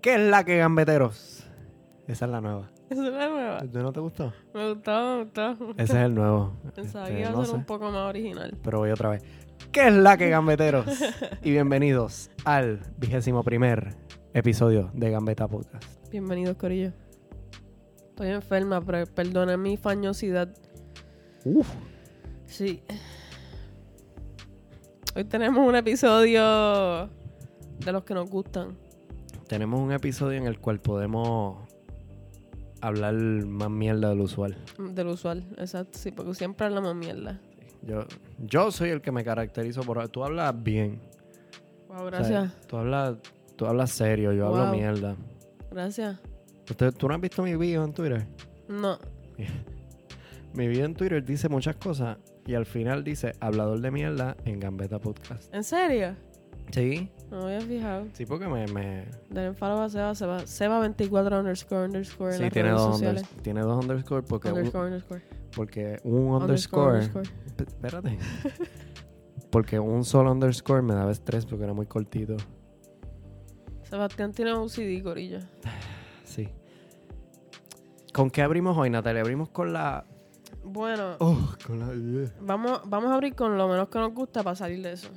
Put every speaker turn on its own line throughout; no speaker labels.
¿Qué es la que gambeteros? Esa es la nueva.
Esa es la nueva.
¿Tú no te gustó?
Me gustaba, me gustaba.
Ese es el nuevo.
Pensaba
Este,
que iba
no
a ser
sé,
un poco más original.
Pero voy otra vez. ¿Qué es la que gambeteros? y bienvenidos al vigésimo primer episodio de Gambeta Podcast.
Bienvenidos, Corillo. Estoy enferma, pero perdona mi fañosidad.
Uf.
Sí. Hoy tenemos un episodio de los que nos gustan.
Tenemos un episodio en el cual podemos hablar más mierda del usual.
Del usual, exacto. Sí, porque siempre hablamos mierda.
Yo, yo soy el que me caracterizo por... Tú hablas bien.
Wow,
O sea,
gracias.
tú, hablas, tú hablas serio, yo hablo
Wow.
mierda.
Gracias.
Usted- ¿Tú no has visto mi video en Twitter?
No.
Mi video en Twitter dice muchas cosas y al final dice hablador de mierda en Gambeta Podcast.
¿En serio?
Sí.
No me había fijado.
Sí, porque me... me-
Denle follow a Seba, Seba, Seba24 underscore underscore en
Sí,
las
tiene
redes
dos,
sociales.
unders- tiene dos underscore porque, un-
Underscore, underscore.
porque un underscore P- Espérate. Porque un solo underscore me daba estrés porque era muy cortito.
Sebastián tiene un CD, Corillo.
Sí. ¿Con qué abrimos hoy, Natalia? Abrimos con la.
Bueno,
Oh, con la.
vamos, vamos a abrir con lo menos que nos gusta para salir de eso.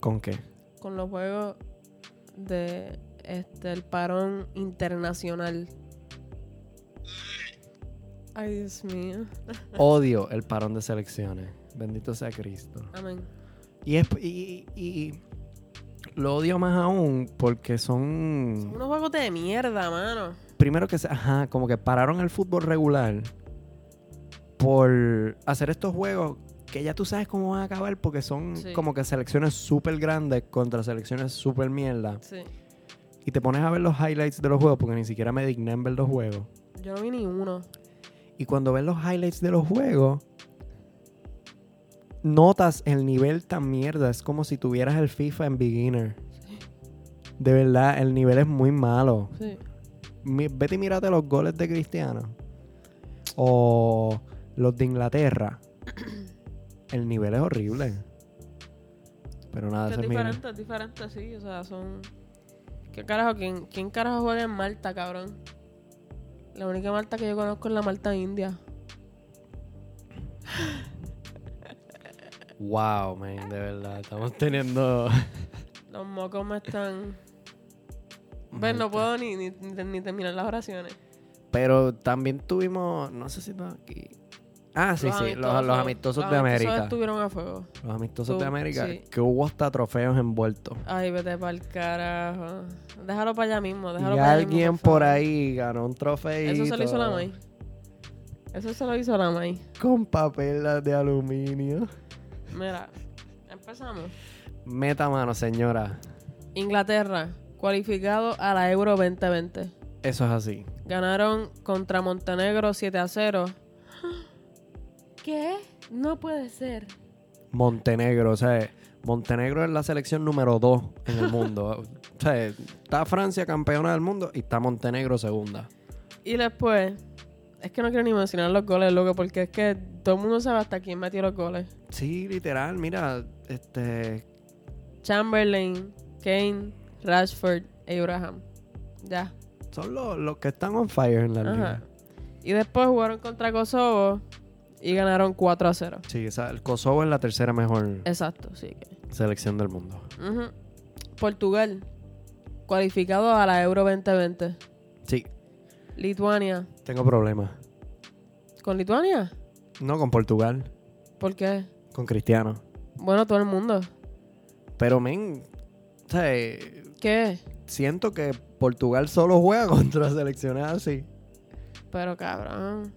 ¿Con qué?
Con los juegos de este el parón internacional. Ay, Dios mío.
Odio el parón de selecciones. Bendito sea Cristo.
Amén.
Y es. Y, y- y lo odio más aún porque son.
Son unos juegos de mierda, mano.
Primero que se. Ajá, como que pararon el fútbol regular por hacer estos juegos que ya tú sabes cómo van a acabar porque son
Sí.
como que selecciones súper grandes contra selecciones súper mierda.
Sí.
Y te pones a ver los highlights de los juegos porque ni siquiera me digné en ver los juegos.
Yo no vi ni uno.
Y cuando ves los highlights de los juegos, notas el nivel tan mierda. Es como si tuvieras el FIFA en beginner. De verdad, el nivel es muy malo.
Sí.
Mi- vete y mírate los goles de Cristiano. O los de Inglaterra. El nivel es horrible. Pero nada,
Que
eso Ah,
es
es mi-
diferente, es diferente, sí. O sea, son. ¿Qué carajo? ¿Quién, quién carajo juega en Malta, cabrón? La única Malta que yo conozco es la Malta India.
Wow, man, de verdad. Estamos teniendo.
Los mocos me están. Ven, no puedo ni, ni, ni- ni terminar las oraciones.
Pero también tuvimos. No sé si estaba aquí. Ah, sí, sí. Los, los amistosos
los
de América.
estuvieron a fuego.
Los amistosos de
tú,
América.
sí.
Que hubo hasta trofeos envueltos.
Ay, vete para el carajo. Déjalo para allá mismo,
Y
déjalo para allá mismo,
alguien
por
por
favor.
ahí ganó un trofeo.
Eso se lo hizo la May. Eso se lo hizo la May.
Con papel de aluminio.
Mira, empezamos.
Meta mano, señora.
Inglaterra, cualificado a la Euro 2020.
Eso es así.
Ganaron contra Montenegro 7 a 0. ¿Qué? No puede ser.
Montenegro, o sea, Montenegro es la selección número 2 en el mundo. o sea, está Francia campeona del mundo y está Montenegro segunda.
Y después, es que no quiero ni mencionar los goles, loco, porque es que todo el mundo sabe hasta quién metió los goles.
Sí, literal, mira, este,
Chamberlain, Kane, Rashford e Abraham. Ya.
son los, los que están on fire en la
Ajá.
liga.
Y después jugaron contra Kosovo y ganaron 4 a 0.
Sí, o sea, el Kosovo es la tercera mejor
Exacto, sí que.
selección del mundo.
Ujú. Portugal, cualificado a la Euro 2020.
Sí,
Lituania,
tengo problemas.
¿con Lituania?
No con Portugal,
¿Por qué?
con Cristiano.
Bueno, todo el mundo.
Pero, men, o sea, eh,
¿Qué?
siento que Portugal solo juega contra selecciones así.
Pero cabrón.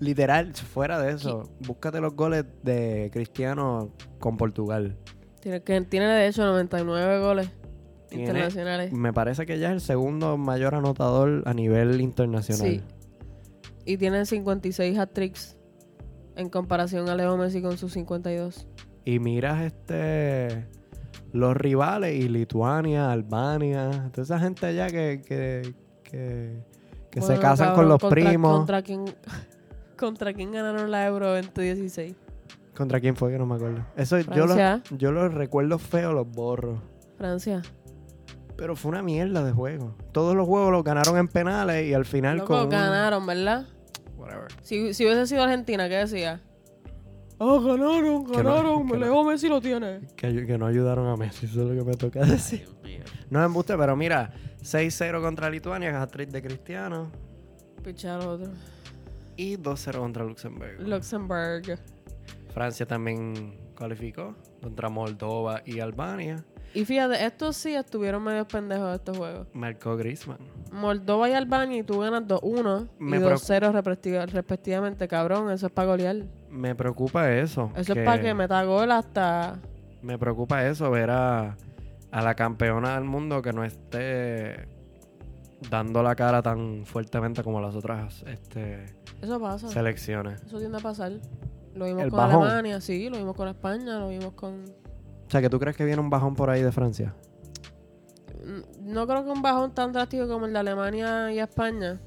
Literal, fuera de eso, búscate los goles de Cristiano con Portugal.
Tiene, que, tiene de hecho 99 goles
Tiene-
internacionales.
Me parece que ya es el segundo mayor anotador a nivel internacional.
Y tiene 56 hat-tricks en comparación a Leo Messi con sus 52.
Y miras este los rivales y Lituania, Albania, toda esa gente allá que, que, que, que se
Bueno,
casan
cabrón,
con los
contra-
primos. ¿Contra...
¿Contra quién, ¿Contra quién ganaron la Euro 2016?
quién fue? Que no me acuerdo. Eso yo los,
Francia.
yo los recuerdos feos, los borro.
Francia.
Pero fue una mierda de juego. Todos los juegos los ganaron en penales y al final
Loco,
con un-
ganaron, ¿verdad?
Whatever.
Si, si hubiese sido Argentina, ¿qué decía? Oh, ganaron,
Que no,
ganaron.
que no.
Leo Messi lo tiene.
Que, ayu- que no ayudaron a Messi, eso es lo que me toca decir. No es embuste, pero mira, 6-0 contra Lituania, actriz de Cristiano.
Pichar otro.
Y 2-0 contra Luxemburgo.
Luxemburgo.
Francia también cualificó contra Moldova y Albania.
Y fíjate, estos sí estuvieron medio pendejos estos juegos.
Marcó Griezmann.
Moldova y Albania, y tú ganas 2-1 y
Me preocup-
2-0 respectiva- respectivamente, cabrón. Eso es para golear.
Me preocupa eso.
Eso es para que meta gol hasta.
Me preocupa eso, ver a, a la campeona del mundo que no esté dando la cara tan fuertemente como las otras este,
Eso pasa.
selecciones.
Eso tiende a pasar. Lo vimos
El
con
bajón.
Alemania, sí, lo vimos con España, lo vimos con.
O sea, que tú crees que viene un bajón por ahí de Francia.
No creo que un bajón tan drástico como el de Alemania y España,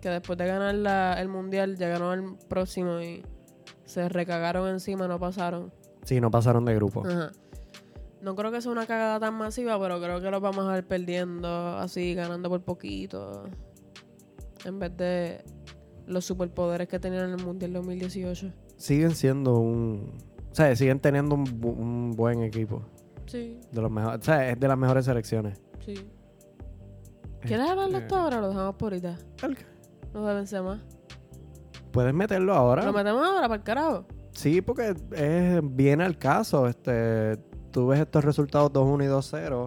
que después de ganar la- el mundial ya ganó el próximo y se recagaron encima, no pasaron.
Sí, no pasaron de grupo.
Ajá. No creo que sea una cagada tan masiva, pero creo que los vamos a ir perdiendo así, ganando por poquito. En vez de los superpoderes que tenían en el Mundial 2018.
Siguen siendo un... O sea, siguen teniendo un, bu- un buen equipo.
Sí,
De los mejores, o sea, es de las mejores selecciones.
sí. ¿Quieres hablarlo
Este,
hasta ahora o lo dejamos por ahorita? No deben ser más.
Puedes meterlo ahora.
Lo metemos ahora para el carajo.
Sí, porque es bien al caso. Este, tú ves estos resultados 2-1 y 2-0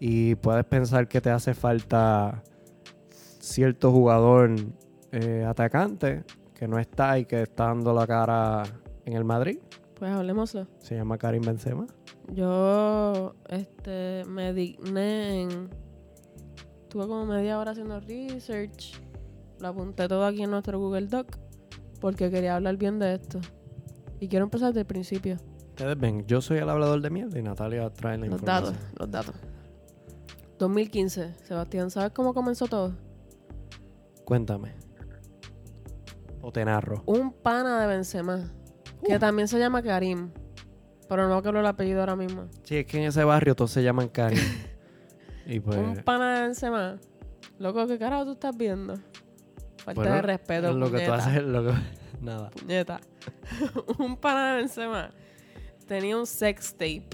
y puedes pensar que te hace falta cierto jugador eh, atacante que no está y que está dando la cara en el Madrid.
Pues hablemoslo.
Se llama Karim Benzema.
Yo este, me digné en... Tuve como media hora haciendo research. Lo apunté todo aquí en nuestro Google Doc. Porque quería hablar bien de esto. Y quiero empezar desde el principio.
Ustedes ven, yo soy el hablador de mierda y Natalia trae la
Los datos,
información.
los datos. 2015, Sebastián, ¿sabes cómo comenzó todo?
Cuéntame. O te narro.
Un pana de Benzema,
Uh.
que también se llama Karim, pero no creo el apellido ahora mismo.
Sí, es que en ese barrio todos se llaman Karim. y pues...
Un pana de Benzema. Loco, ¿qué carajo tú estás viendo? Falta
bueno,
de respeto,
pues, Lo que tú
puñeta.
haces, lo que... Nada.
puñeta. un pana de Benzema tenía un sex tape.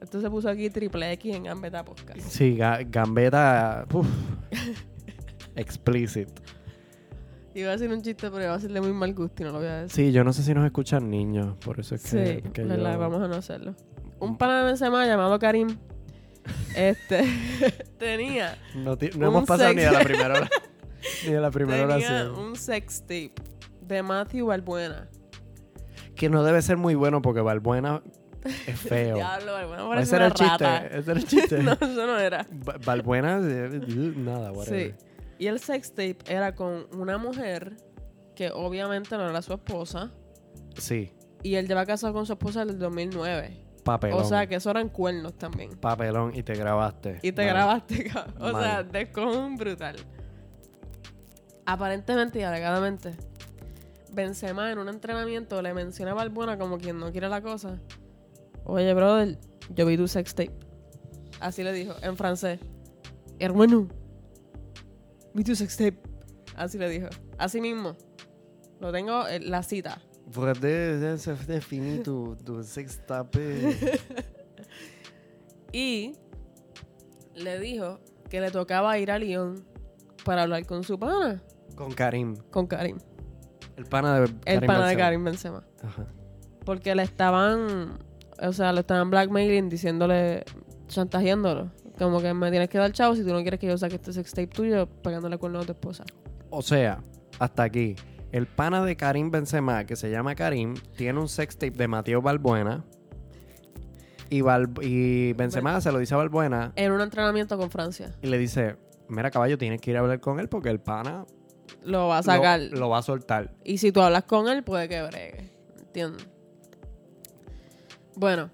Esto se puso aquí triple X en Gambetta Podcast.
Sí, ga- gambeta. uf. Explicit.
Iba a decir un chiste, pero iba a decirle muy mal gusto y no lo voy a decir.
Sí, yo no sé si nos escuchan niños, por eso es que.
Sí,
que yo-
¿verdad? Vamos a no hacerlo. Un pana de Benzema llamado Karim este tenía,
No, ti- no
un
hemos pasado ni a la
sex-
primera hora. ni a la primera
tenía
oración.
un sex tape de Matthew Balbuena.
Que no debe ser muy bueno porque Balbuena es feo.
Diablo, Balbuena
Va a
parece
ser
una
el
rata.
chiste. Ese era el chiste.
no, eso no era.
Ba- Balbuena, eh, nada,
Sí.
whatever.
Y el sex tape era con una mujer que obviamente no era su esposa.
Sí.
Y él lleva casado con su esposa desde el 2009.
Papelón.
O sea que eso eran cuernos también.
Papelón y te grabaste.
Y te
Vale.
grabaste, cabrón. O sea,
Mal.
descojón brutal. Aparentemente y alegadamente, Benzema en un entrenamiento le menciona a Balbuena como quien no quiere la cosa. Oye, brother, yo vi tu sex tape. Así le dijo, en francés. Hermano, vi tu sex tape. Así le dijo. Así mismo. Lo tengo, eh, la cita.
Pues Puedes definir tu, tu sex tape.
Y le dijo que le tocaba ir a Lyon para hablar con su pana,
con Karim.
con Karim.
El pana de
El
Karim
pana de
Benzema.
Karim Benzema.
Ajá.
Porque le estaban, o sea, le estaban blackmailing, diciéndole, chantajeándolo. Como que me tienes que dar chavo si tú no quieres que yo saque este sextape tuyo pagándole con a tu esposa.
O sea, hasta aquí. El pana de Karim Benzema, que se llama Karim, tiene un sextape de Mateo Balbuena. Y, Bal- y Benzema se lo dice a Balbuena
En un entrenamiento con Francia.
y le dice: Mira, caballo, tienes que ir a hablar con él porque el pana
Lo va a
lo-
sacar.
Lo, va a soltar.
Y si tú hablas con él, puede que bregue. ¿Entiendes? Bueno.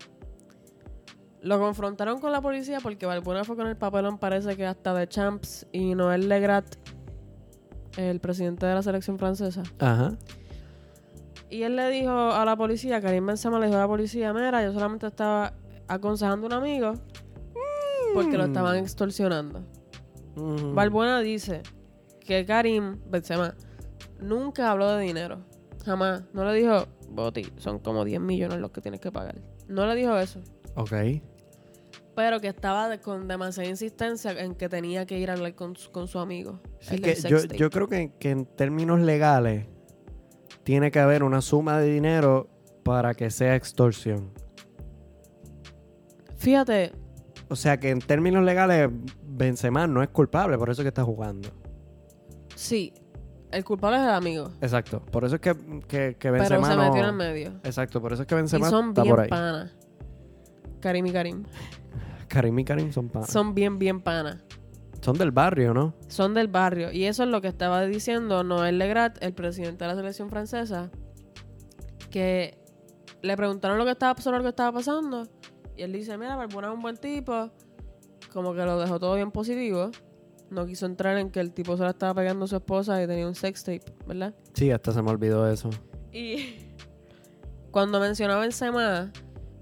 Lo confrontaron con la policía porque Balbuena fue con el papelón, parece que hasta de Champs y Noel Legrat, el presidente de la selección francesa.
Ajá.
Y él le dijo a la policía, Karim Benzema le dijo a la policía, mira, yo solamente estaba aconsejando a un amigo porque lo estaban extorsionando.
Mm.
Balbuena dice que Karim Benzema nunca habló de dinero. Jamás. No le dijo, Boti, son como 10 millones los que tienes que pagar. No le dijo eso.
Ok.
Pero que estaba de- con demasiada insistencia en que tenía que ir a hablar con, su- con su amigo.
Sí,
el
que
del
yo,
sextape.
yo creo que, que en términos legales tiene que haber una suma de dinero para que sea extorsión.
Fíjate,
O sea que en términos legales Benzema no es culpable, por eso es que está jugando.
sí, el culpable es el amigo.
Exacto. Por eso es que, que, que
Pero
Benzema
se
no-
metió en el medio.
Exacto, por eso es que
Y
Benzema
son
está por
bien
ahí.
panas. Karim y Karim.
Karim y Karim son panas. Son...
Son bien, bien panas.
del barrio, ¿no?
son del barrio. Y eso es lo que estaba diciendo Noël Legrat, el presidente de la selección francesa, que le preguntaron lo que estaba, sobre lo que estaba pasando. Y él dice, mira, Barbona es un buen tipo. Como que lo dejó todo bien positivo. No quiso entrar en que el tipo se la estaba pegando a su esposa y tenía un sex tape, ¿verdad?
Sí, hasta se me olvidó eso.
Y cuando mencionó a Benzema,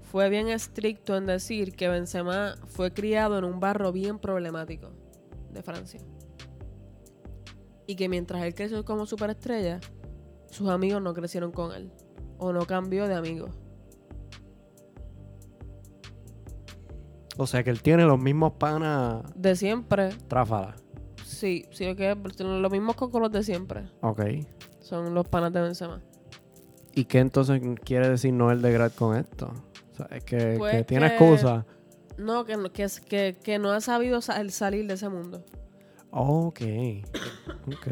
fue bien estricto en decir que Benzema fue criado en un barrio bien problemático de Francia. Y que mientras él creció como superestrella, sus amigos no crecieron con él. O no cambió de amigos.
O sea que él tiene los mismos panas
De siempre,
tráfala.
sí, sí, lo que son los mismos cocolos de siempre.
Ok.
Son los panas de Benzema.
¿Y qué entonces quiere decir Noel de Grad con esto? O sea, es que,
Pues
que tiene
que-
excusa.
No, que, no- que, es- que, que no ha sabido sa- el salir de ese mundo.
Ok. Ok.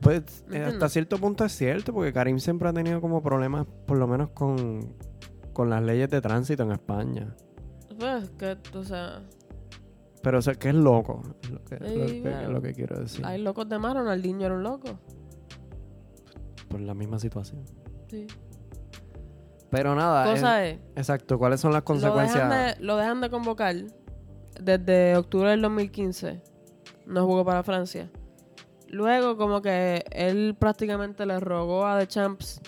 Pues eh, hasta
Entiendo.
cierto punto es cierto, porque Karim siempre ha tenido como problemas, por lo menos con, con las leyes de tránsito en España.
Pues que, o sea,
Pero o sea, que es loco, es lo que, lo
Sí,
que-
bueno.
lo que quiero decir.
hay locos de mar, Ronaldinho era un loco.
Por la misma situación.
Sí.
Pero nada, es-
Cosa es,
exacto, ¿cuáles son las
lo
consecuencias?
dejan, de, lo dejan de convocar desde octubre del 2015. No jugó para Francia. Luego, como que él prácticamente le rogó a The Champs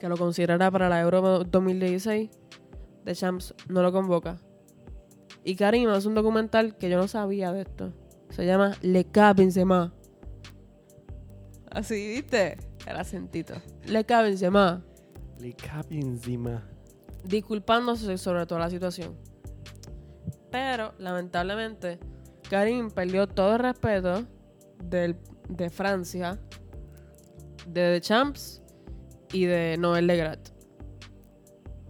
que lo considerara para la Euro 2016. The Champs no lo convoca. Y Karim hace un documental que yo no sabía de esto. Se llama Le Cas Benzema. Así, ¿viste? Era acentito. Le Cas Benzema
Le cabe encima.
disculpándose sobre toda la situación. Pero, lamentablemente, Karim perdió todo el respeto del- de Francia, de The Champs y de Noël Legrat.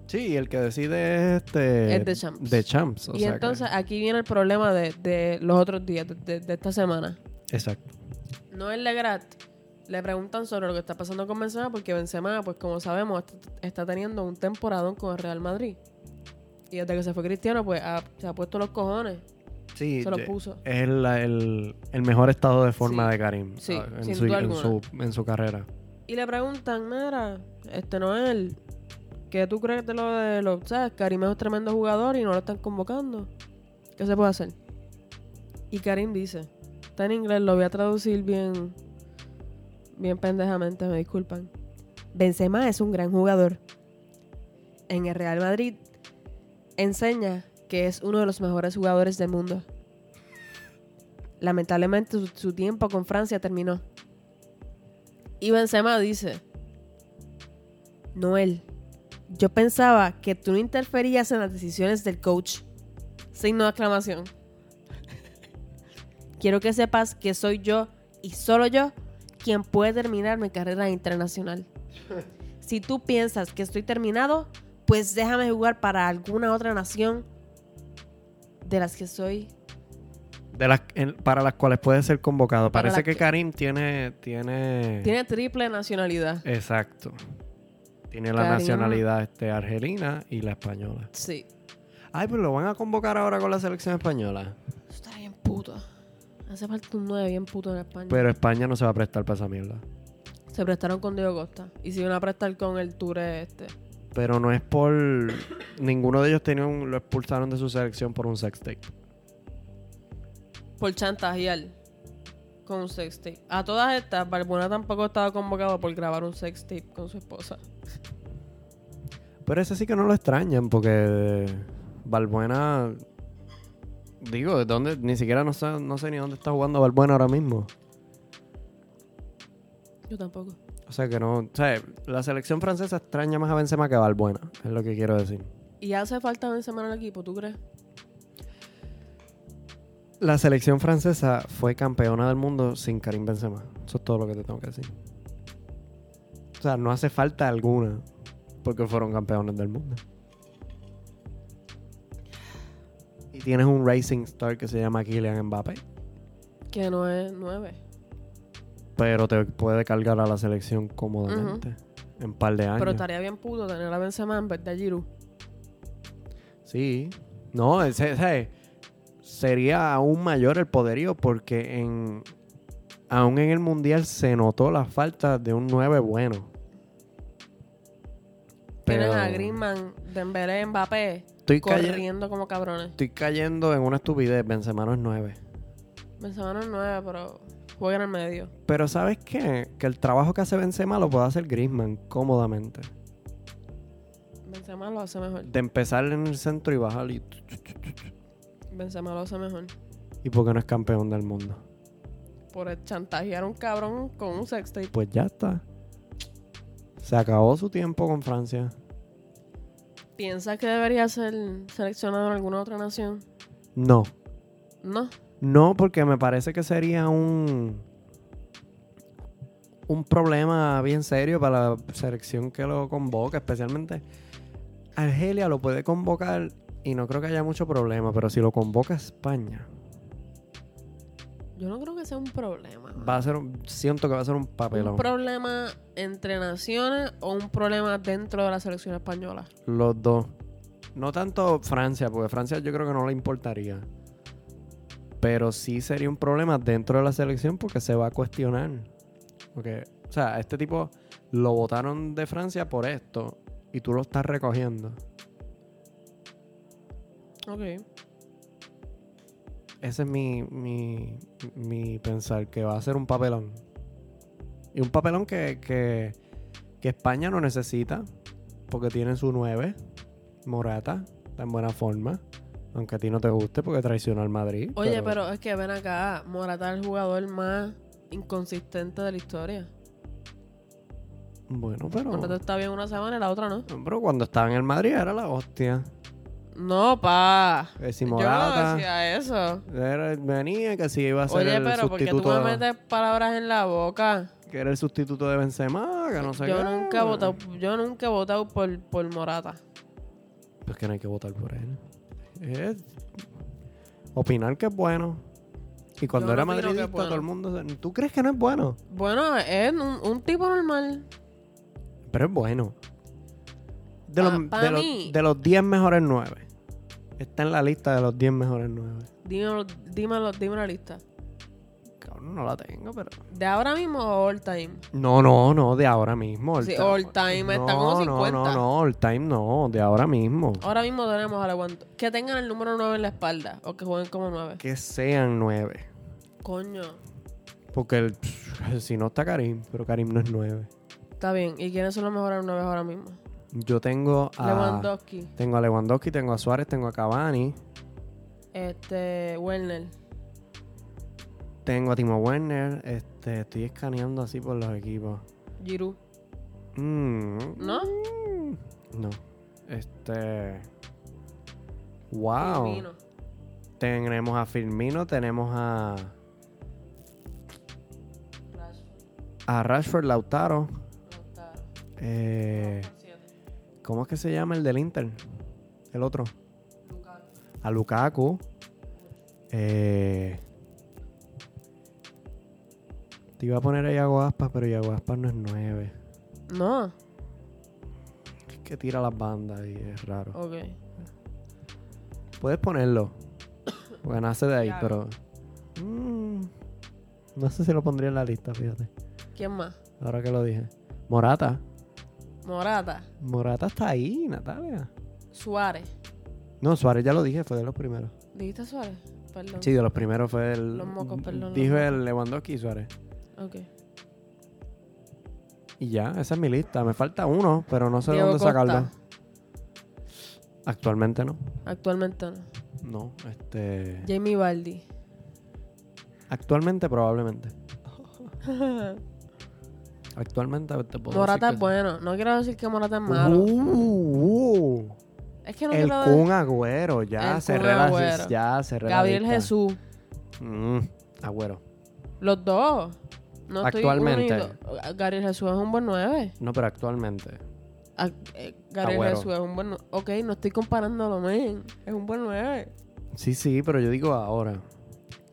Sí, el que decide es este...
Es de Champs.
De Champs, o
Y
sea que-
entonces aquí viene el problema de, de los otros días, de, de- de esta semana.
Exacto.
Noël Legrat le preguntan sobre lo que está pasando con Benzema, porque Benzema, pues como sabemos, est- está teniendo un temporadón con el Real Madrid. Y desde que se fue Cristiano, pues ha- se ha puesto los cojones.
Sí,
Se lo
ye-
puso.
es la- el, el mejor estado de forma
Sí.
de Karim
Sí,
ah, en,
sin
su,
duda
en, su,
alguna.
en su carrera.
Y le preguntan, mira, este Noel, ¿qué tú crees de lo de los... ¿Sabes? Karim es un tremendo jugador y no lo están convocando. ¿Qué se puede hacer? Y Karim dice, está en inglés, lo voy a traducir bien, bien pendejamente, me disculpan. Benzema es un gran jugador. En el Real Madrid enseña que es uno de los mejores jugadores del mundo. Lamentablemente su- su tiempo con Francia terminó. Y Benzema dice, Noel, yo pensaba que tú no interferías en las decisiones del coach. Signo de aclamación. Quiero que sepas que soy yo y solo yo quien puede terminar mi carrera internacional. Si tú piensas que estoy terminado, pues déjame jugar para alguna otra nación de las que soy.
De las, en- para las cuales puede ser convocado.
Para
Parece
las
que,
que-
Karim tiene, tiene...
Tiene triple nacionalidad.
Eh. Exacto. Tiene la
Karim.
nacionalidad este, argelina y la española.
Sí.
Ay, pues lo van a convocar ahora con la selección española.
Eso está bien puto. Hace falta un 9 bien puto en España.
Pero España no se va a prestar para esa mierda.
Se prestaron con Diego Costa. Y se iban a prestar con el Ture este.
Pero no es por... Ninguno de ellos tenía un- lo expulsaron de su selección por un sex tape.
Por chantajear. Con un sex tape. A todas estas, Barbona tampoco estaba convocado por grabar un sex tape con su esposa.
Pero ese sí que no lo extrañan porque Balbuena Digo, ¿dónde? ni siquiera no sé, no sé ni dónde está jugando Balbuena ahora mismo.
Yo tampoco.
O sea que no. O sea, la selección francesa extraña más a Benzema que a Balbuena, es lo que quiero decir.
¿Y hace falta Benzema en el equipo, tú crees?
La selección francesa fue campeona del mundo sin Karim Benzema. Eso es todo lo que te tengo que decir. O sea, no hace falta alguna porque fueron campeones del mundo. Y tienes un Racing Star que se llama Kylian Mbappé,
Que no es nueve.
pero te puede cargar a la selección cómodamente en un par de años.
Pero estaría bien puto tener a Benzema en vez de a Giroud.
Sí. No, ese- ese- sería aún mayor el poderío porque en aún en el mundial se notó la falta de un 9 bueno.
Tienen a
Pero-
Griezmann, Dembélé, Mbappé
Estoy, calle-
corriendo como cabrones.
estoy cayendo en una estupidez, Benzema no es 9.
Benzema no es nueve, pero juega en el medio.
Pero ¿sabes qué? Que el trabajo que hace Benzema lo puede hacer Griezmann cómodamente.
Benzema lo hace mejor.
De empezar en el centro y bajar y...
Benzema lo hace mejor.
¿Y por qué no es campeón del mundo?
Por chantajear a un cabrón con un sextape.
Pues ya está. Se acabó su tiempo con Francia.
¿Piensas que debería ser seleccionado en alguna otra nación?
No.
No.
No, porque me parece que sería un un problema bien serio para la selección que lo convoca, especialmente Argelia lo puede convocar y no creo que haya mucho problema, pero si lo convoca España,
Yo no creo que sea un problema.
va a ser un- siento que va a ser un papelón.
¿Un problema entre naciones o un problema dentro de la selección española?
Los dos. No tanto Francia, porque Francia yo creo que no le importaría. Pero sí sería un problema dentro de la selección porque se va a cuestionar. Porque, o sea, este tipo lo votaron de Francia por esto y tú lo estás recogiendo.
Ok.
Ese es mi, mi, mi pensar, que va a ser un papelón. Y un papelón que, que, que España no necesita, porque tienen su 9, Morata, está en buena forma. Aunque a ti no te guste porque traicionó al Madrid.
Oye, pero es que ven acá, Morata es el jugador más inconsistente de la historia.
Bueno, pero...
Morata está bien una semana y la otra no.
Pero cuando estaba en el Madrid era la hostia.
No, pa.
Que si
Yo no
Morata...
decía eso.
era- venía que si iba a ser
Oye,
el
pero porque tú
sustituto
me
de-
metes palabras en la boca.
que era el sustituto de Benzema, que no sé
Yo
qué.
nunca he votado, yo nunca he votado por, por Morata.
Pues que no hay que votar por él. Es opinar que es bueno. Y cuando
Yo
era
no opino que
madridista
es bueno.
todo el mundo... se- ¿Tú crees que no es bueno?
Bueno, es un, un tipo normal.
Pero es bueno. De
Pa-
los,
pa
de los-
mí.
de los 10 mejores 9. Está en la lista de los 10 mejores 9.
Dímelo, dímelo, dime la lista.
Cabrón, no la tengo, pero...
¿De ahora mismo o all time?
No, no, no, de ahora mismo.
Sí,
ti-
all time está
No,
como
No,
50.
no, no, all time no, de ahora mismo.
Ahora mismo tenemos al aguanto. Que tengan el número 9 en la espalda o que jueguen como 9.
Que sean 9.
Coño.
Porque el- si no está Karim, pero Karim no es 9.
Está bien. ¿Y quiénes son los mejores 9 ahora mismo?
Yo tengo a...
Lewandowski,
Tengo a Lewandowski, tengo a Suárez, tengo a Cavani,
este, Werner.
tengo a Timo Werner. Este, estoy escaneando así por los equipos.
Giroud.
Mm.
¿No?
No. Este. Wow.
Firmino.
Tenemos a Firmino, tenemos a.
Rashford,
A Rashford Lautaro.
Lautaro.
Eh,
Vamos por siete.
¿Cómo es que se llama el del Inter? El otro.
Lukaku.
A Lukaku. Eh. Te iba a poner a Iago Aspas, pero Iago Aspas no es 9.
No.
Es que tira las bandas y es raro.
Ok.
Puedes ponerlo. Porque nace de ahí,
Ya.
pero. Mm, no sé si lo pondría en la lista, fíjate.
¿Quién más?
Ahora que lo dije. Morata.
Morata.
Morata está ahí, Natalia.
Suárez.
No, Suárez ya lo dije, fue de los primeros.
¿Dijiste Suárez? Perdón.
Sí, de los primeros fue el.
Los mocos, perdón, los
Dijo
mocos.
el Lewandowski y Suárez.
Ok.
Y ya, esa es mi lista. Me falta uno, pero no sé
Diego
dónde sacarlo.
Costa.
Actualmente no.
Actualmente no.
No, este.
Jamie Baldi.
Actualmente probablemente. Actualmente te puedo
Morata
decir
es bueno. No quiero decir que Morata es
que-
malo.
Uh, uh.
es que no
El
quiero decir.
Kun Agüero, ya
El
cerré
Kun
la-
Agüero.
ya cerré la
Gabriel
lista.
Jesús.
Mm, Agüero.
Los dos. No estoy
Actualmente.
uno y dos. Gabriel Jesús es un buen 9.
No, pero actualmente.
Gabriel
Agüero.
Jesús es un buen 9. Ok, no estoy comparándolo, men. Es un buen 9.
Sí, sí, pero yo digo ahora.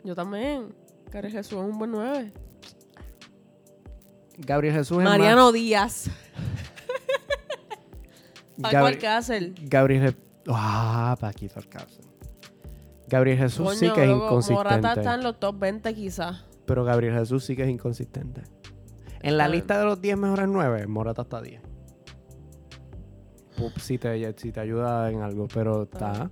Yo también. Gabriel Jesús es un buen 9.
Gabriel Jesús es
Mariano Díaz.
más...
Paco
Gabri-
Alcácer.
Gabriel... Ah, Paquito Alcácer. Gabriel Jesús
Coño,
sí que es
loco,
inconsistente.
Morata está en los top 20 quizás.
Pero Gabriel Jesús sí que es inconsistente. En
Ah.
la lista de los 10 mejores 9, Morata está 10. Pup, si, te, si te ayuda en algo, pero está.
Ah.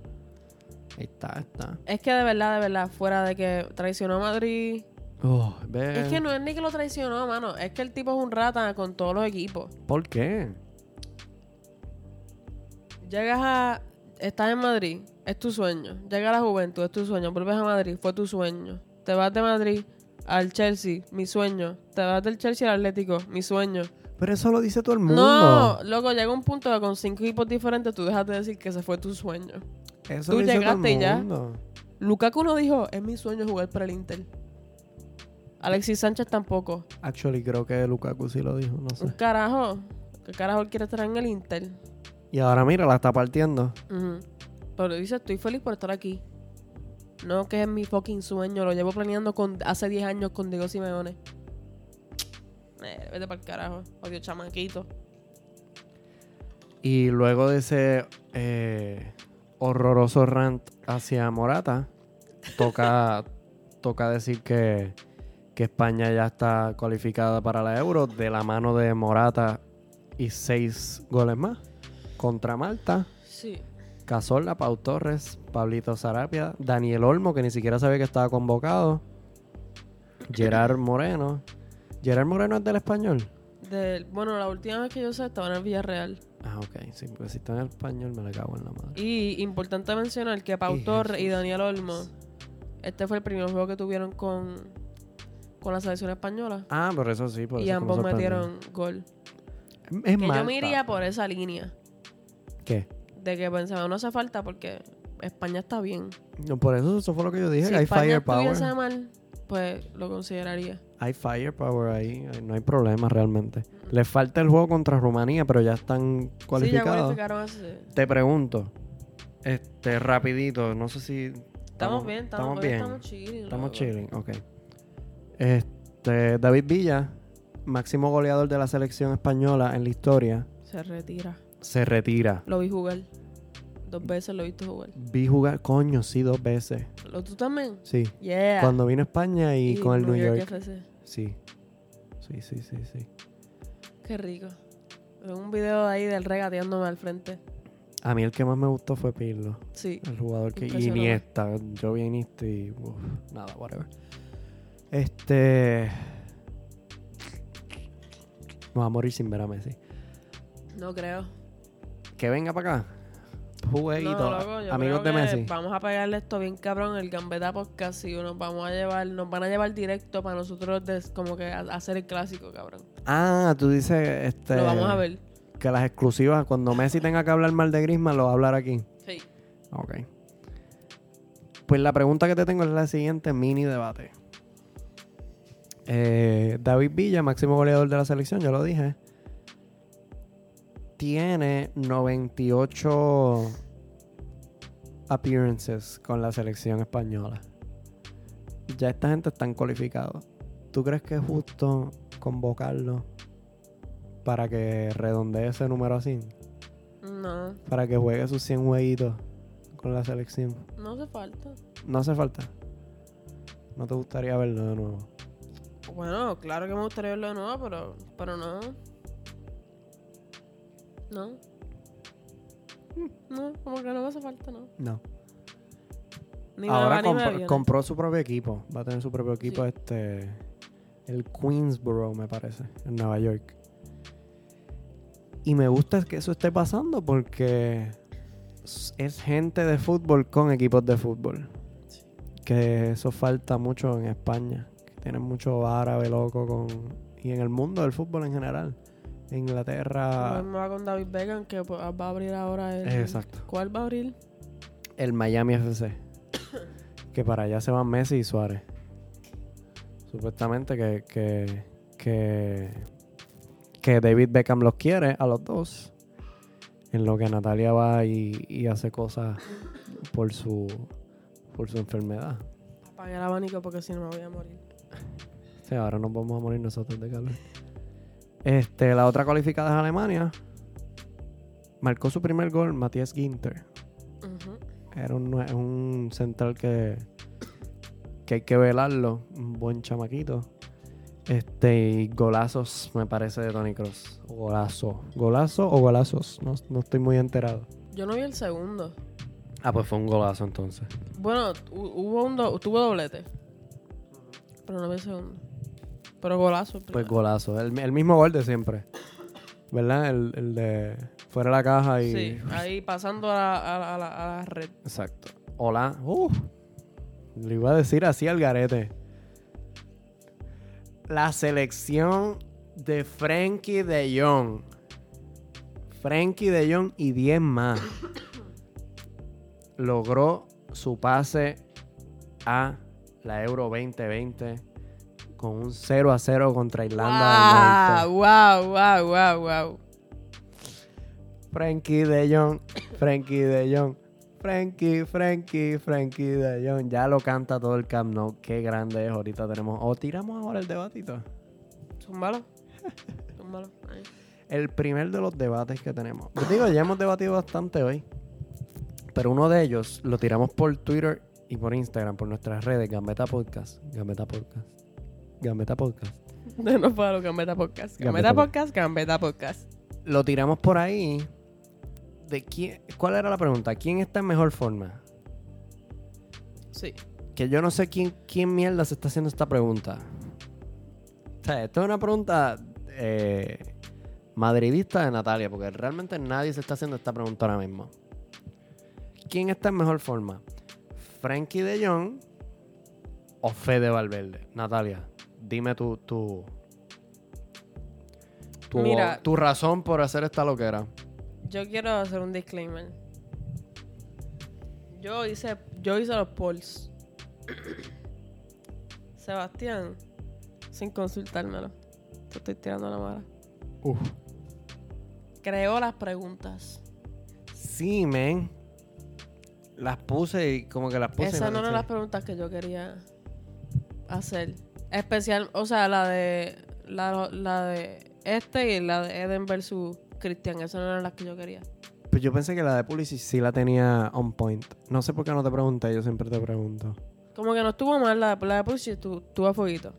Está, está.
Es que de verdad, de verdad, fuera de que traicionó a Madrid.
Oh, ve.
Es que no es ni que lo traicionó, mano. Es que el tipo es un rata con todos los equipos.
¿Por qué?
Llegas a. Estás en Madrid, es tu sueño. Llega a la juventud, es tu sueño. Vuelves a Madrid, fue tu sueño. Te vas de Madrid al Chelsea, mi sueño. Te vas del Chelsea al Atlético, mi sueño.
Pero eso lo dice todo el mundo.
No, loco, llega un punto que con cinco equipos diferentes tú dejas de decir que ese fue tu sueño.
Eso
tú
lo dice todo
llegaste y ya.
el mundo.
Lukaku no dijo, es mi sueño jugar para el Inter. Alexis Sánchez tampoco.
Actually, creo que Lukaku sí lo dijo, no
Un
sé.
carajo. ¿Qué carajo él quiere estar en el Inter?
Y ahora mira, la está partiendo.
Ujú. Pero dice, estoy feliz por estar aquí. No, que es mi fucking sueño. Lo llevo planeando con, hace 10 años con Diego Simeone. Eh, vete para el carajo. Odio chamaquito.
Y luego de ese eh, horroroso rant hacia Morata, toca, toca decir que, que España ya está cualificada para la Euro de la mano de Morata y seis goles más contra Malta.
Sí.
Cazorla, Pau Torres, Pablito Sarapia, Daniel Olmo, que ni siquiera sabía que estaba convocado. Gerard Moreno. Gerard Moreno es del español.
Del- bueno, la última vez que yo sé estaba en el Villarreal.
Ah, ok. Sí, porque si está en el español me la cago en la madre.
Y importante mencionar que Pau
Y
Torres y
Jesús.
Daniel Olmo, este fue el primer juego que tuvieron con, con la selección española.
Ah, por eso sí, por
Y
eso es que me
ambos
sorprendió.
metieron gol.
Es
Que yo
Malta.
me iría por esa línea.
¿Qué?
De que pensaba, no hace falta porque España está bien.
No, por eso eso fue lo que yo dije.
si
hay
España
firepower.
estuviese mal, pues lo consideraría.
Hay firepower ahí. ahí No hay problema realmente. Les falta el juego contra Rumanía, pero ya están
Sí, ya
cualificados.
cualificaron hace...
Te pregunto. Este, rapidito. No sé si...
Estamos bien, estamos, bien. Estamos chilling.
Estamos
loco.
chilling, ok. Este, David Villa, máximo goleador de la selección española en la historia,
Se retira.
se retira.
Lo vi jugar. Dos veces lo he visto jugar.
Vi jugar, coño, sí, dos veces.
¿Lo tú también?
Sí.
Yeah.
Cuando vino a España y, con el New York.
FC.
Sí. Sí, sí, sí, sí.
Qué rico. Tengo un video ahí del regateándome al frente.
A mí el que más me gustó fue Pirlo.
Sí.
El jugador que.
Impresionante.
Iniesta. Yo vi a Iniesta y. uf, nada, whatever. Este. Nos va a morir sin ver a Messi.
No creo.
Que venga para acá.
No,
Jueguito.
loco, yo
amigos
creo
de
que
Messi.
Vamos a pegarle esto bien cabrón el Gambeta Podcast y nos vamos a llevar, nos van a llevar directo para nosotros des- como que a- hacer el clásico, cabrón.
Ah, tú dices este,
Lo vamos a ver.
que las exclusivas, cuando Messi tenga que hablar mal de Griezmann, lo va a hablar aquí.
Sí.
Ok. Pues la pregunta que te tengo es la siguiente, mini debate. Eh, David Villa, máximo goleador de la selección, ya lo dije. Tiene 98 appearances con la selección española. Ya esta gente están cualificados. ¿Tú crees que es justo convocarlo para que redondee ese número así?
No,
para que juegue sus 100 jueguitos con la selección.
no hace falta.
No hace falta. No te gustaría verlo de nuevo.
Bueno, claro que me gustaría verlo de nuevo, pero, pero no. No. No, como que no me hace falta, no.
No.
Ni me
Ahora
va ni me
compro-
viene.
compró su propio equipo. Va a tener su propio equipo
Sí.
este. El Queensboro, me parece, en Nueva York. Y me gusta que eso esté pasando porque es gente de fútbol con equipos de fútbol. Que eso falta mucho en España. que Tienen mucho árabe loco con... Y en el mundo del fútbol en general. En Inglaterra...
Me va con David Beckham que pues, va a abrir ahora el...
Exacto.
¿Cuál va a abrir?
El Miami FC. que para allá se van Messi y Suárez. Supuestamente que... Que, que, que David Beckham los quiere a los dos. En lo que Natalia va y, y hace cosas por su... Por su enfermedad.
Apague el abanico porque si no me voy a morir.
Sí, ahora nos vamos a morir nosotros de calor. Este, la otra cualificada es Alemania. Marcó su primer gol Matías Ginter.
Ujú.
Era un, nue- un central que, que hay que velarlo. Un buen chamaquito. Este, y golazos, me parece, de Tony Cross. Golazo. ¿Golazo o golazos? No, no estoy muy enterado.
Yo no vi el segundo.
Ah, pues fue un golazo entonces.
Bueno, hu- hubo un do- tuvo doblete. Pero no vi el segundo. Pero golazo. el
Pues
primero.
golazo. El, el mismo gol de siempre. ¿Verdad? El, el de fuera de la caja y.
Sí, ahí pasando a la, a la- a la- a la red.
Exacto. Hola. Uh, le iba a decir así al garete. La selección de Frankie de Jong. Frankie de Jong y 10 más. Logró su pase a la Euro 2020 con un 0 a 0 contra
Ah,
Irlanda del Norte.
wow, wow, wow, wow.
Frankie de Jong, Frankie de Jong, Frankie, Frankie, Frankie de Jong. Ya lo canta todo el Camp Nou. Qué grande es. Ahorita tenemos. O tiramos ahora el debatito.
Zúmbalo. Zúmbalo. Ahí.
El primer de los debates que tenemos. Yo digo, ya hemos debatido bastante hoy. Pero uno de ellos lo tiramos por Twitter y por Instagram, por nuestras redes. Gambeta Podcast. Gambeta Podcast. Gambeta Podcast.
No puedo, Gambeta Podcast.
Gambetta
Gambeta Podcast, Gambeta Podcast.
Lo tiramos por ahí. De quién, ¿Cuál era la pregunta? ¿Quién está en mejor forma?
Sí.
Que yo no sé quién, quién mierda se está haciendo esta pregunta. O sea, esto es una pregunta eh, madridista de Natalia, porque realmente nadie se está haciendo esta pregunta ahora mismo. ¿Quién está en mejor forma? ¿Frankie de Jong o Fede Valverde? Natalia, dime tu, tu, tu,
Mira.
tu razón por hacer esta loquera.
Yo quiero hacer un disclaimer. Yo hice, yo hice los polls. Sebastián, sin consultármelo. Te estoy tirando la mala.
Uf.
Creó las preguntas.
Sí, men. Las puse y como que las puse. y
Esas no
las
eran las preguntas que yo quería hacer. Especial, o sea, la de la, la de este y la de Eden versus Cristian. Esas no eran las que yo quería.
Pues yo pensé que la de Pulisic sí la tenía on point. No sé por qué no te pregunté, yo siempre te pregunto.
Como que no estuvo mal la de, la de Pussy, estuvo, estuvo a fueguito.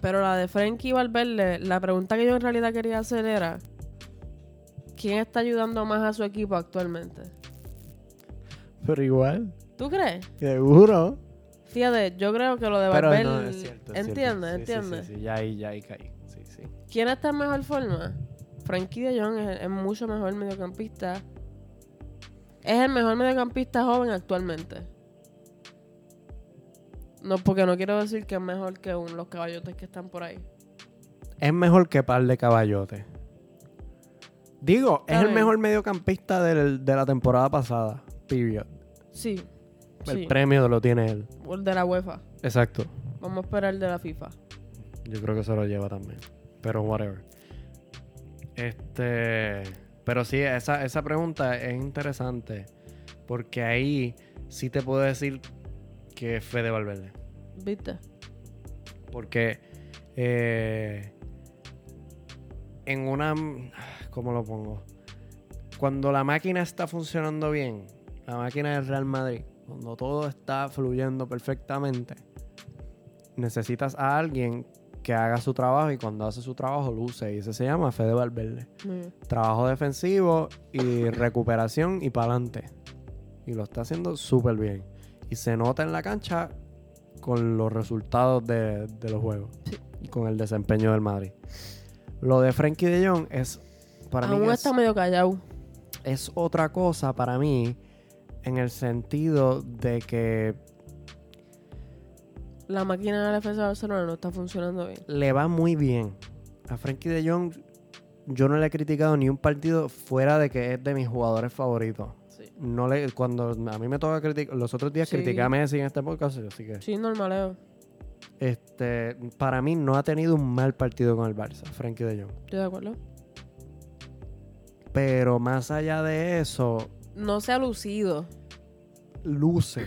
Pero la de Frankie Valverde, la pregunta que yo en realidad quería hacer era: ¿quién está ayudando más a su equipo actualmente?
Pero igual,
¿Tú crees?
seguro.
Fíjate, yo creo que lo de
Pero
Valverde.
no, es cierto. es cierto.
¿Entiendes?
Sí, sí,
¿Entiendes?
Sí, sí, ya ahí, ya ahí caí. Sí, sí.
¿Quién está en mejor forma? Frankie de Jong es, es mucho mejor mediocampista. Es el mejor mediocampista joven actualmente. No, porque no quiero decir que es mejor que un- los caballotes que están por ahí.
Es mejor que par de caballotes. Digo,
Está
es el
bien.
mejor mediocampista del- de la temporada pasada. Period.
Sí.
El
sí.
premio lo tiene él.
O el de la UEFA.
Exacto.
Vamos a esperar el de la FIFA.
Yo creo que se lo lleva también. Pero whatever. Este. Pero sí, esa, esa pregunta es interesante. Porque ahí sí te puedo decir que es Fede Valverde.
¿Viste?
Porque. eh, en una. ¿Cómo lo pongo? Cuando la máquina está funcionando bien, la máquina del Real Madrid, cuando todo está fluyendo perfectamente, necesitas a alguien que haga su trabajo y cuando hace su trabajo luce. Y ese se llama Fede Valverde.
Muy bien.
Trabajo defensivo y recuperación y para adelante. Y lo está haciendo súper bien. Y se nota en la cancha con los resultados de, de los juegos.
Sí.
Y con el desempeño del Madrid. Lo de Frankie de Jong es para mí
Aún
que
está
es,
medio callado.
es otra cosa para mí en el sentido de que
La máquina de la defensa de Barcelona no está funcionando bien.
le va muy bien. A Frankie de Jong yo no le he criticado ni un partido fuera de que es de mis jugadores favoritos.
Sí,
No le, cuando a mí me toca criticar, los otros días
Sí.
critiqué a Messi en este podcast, así que
sí normaleo.
este, para mí no ha tenido un mal partido con el Barça, Frankie de Jong.
Estoy de acuerdo.
Pero más allá de eso,
No se ha lucido.
luce.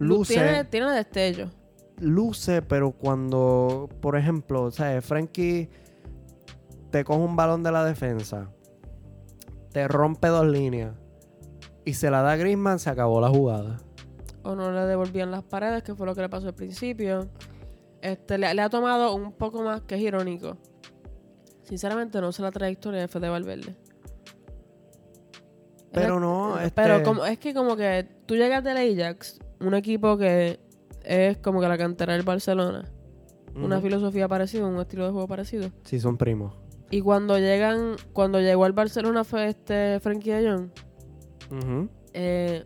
Lu-
Luce.
Tiene, tiene destello.
luce, pero cuando, por ejemplo, ¿sabes? Frankie te coge un balón de la defensa, te rompe dos líneas y se la da a Griezmann, se acabó la jugada.
O no le devolvían las paredes, que fue lo que le pasó al principio. Este, le, le ha tomado un poco más que es irónico. Sinceramente, no sé la trayectoria de Fede Valverde.
Pero
Es-
no, este,
Pero como, es que como que tú llegas del Ajax, un equipo que es como que la cantera del Barcelona. Una
ujú.
filosofía parecida, un estilo de juego parecido.
Sí, son primos.
Y cuando llegan, cuando llegó al Barcelona fue este Frankie de Jong,
Ujú.
eh,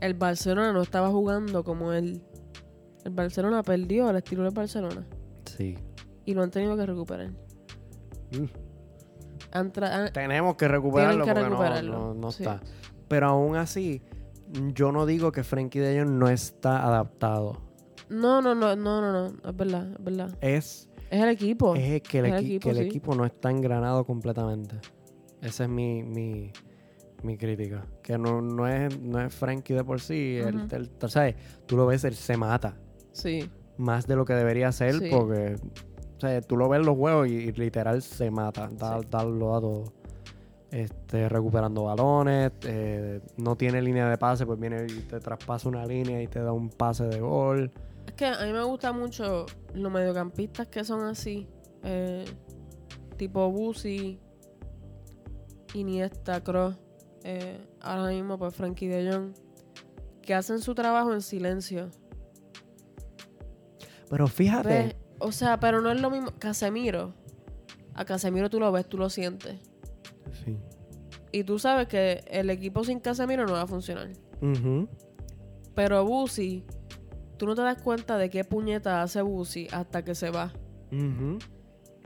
el Barcelona no estaba jugando como él. El Barcelona perdió el estilo del Barcelona.
Sí.
Y lo han tenido que recuperar.
Mm.
Han tra- han-
Tenemos que recuperarlo
Tienen
porque
que
no- no,
recuperarlo,
no
sí.
está. Pero aún así, yo no digo que Frankie de Jong no está adaptado.
no, no, no, no, no, no. Es verdad, es verdad.
Es
Es el equipo.
es que el,
Es Oh, el
equi-
equipo,
que el
sí.
equipo no está engranado completamente. Esa es mi, mi, mi crítica. Que no, no, es, no es Frankie de por sí. él-
Ujú.
él- tú ¿sabes? Tú lo ves, él se mata
Sí.
más de lo que debería ser
Sí.
porque o sea, tú lo ves en los juegos y, y literal se mata. Da,
Sí.
da lo a todo. Este, recuperando balones, eh, no tiene línea de pase, pues viene y te traspasa una línea y te da un pase de gol.
Es que a mí me gusta mucho los mediocampistas que son así. eh, tipo Busi, Iniesta, Cross. eh, ahora mismo, pues Frankie de Jong. Que hacen su trabajo en silencio.
Pero fíjate.
Ve, O sea, pero no es lo mismo. Casemiro. A Casemiro tú lo ves, tú lo sientes.
Sí.
Y tú sabes que el equipo sin Casemiro no va a funcionar.
Ujú.
Pero Busi, tú no te das cuenta de qué puñeta hace Busi hasta que se va.
Ujú.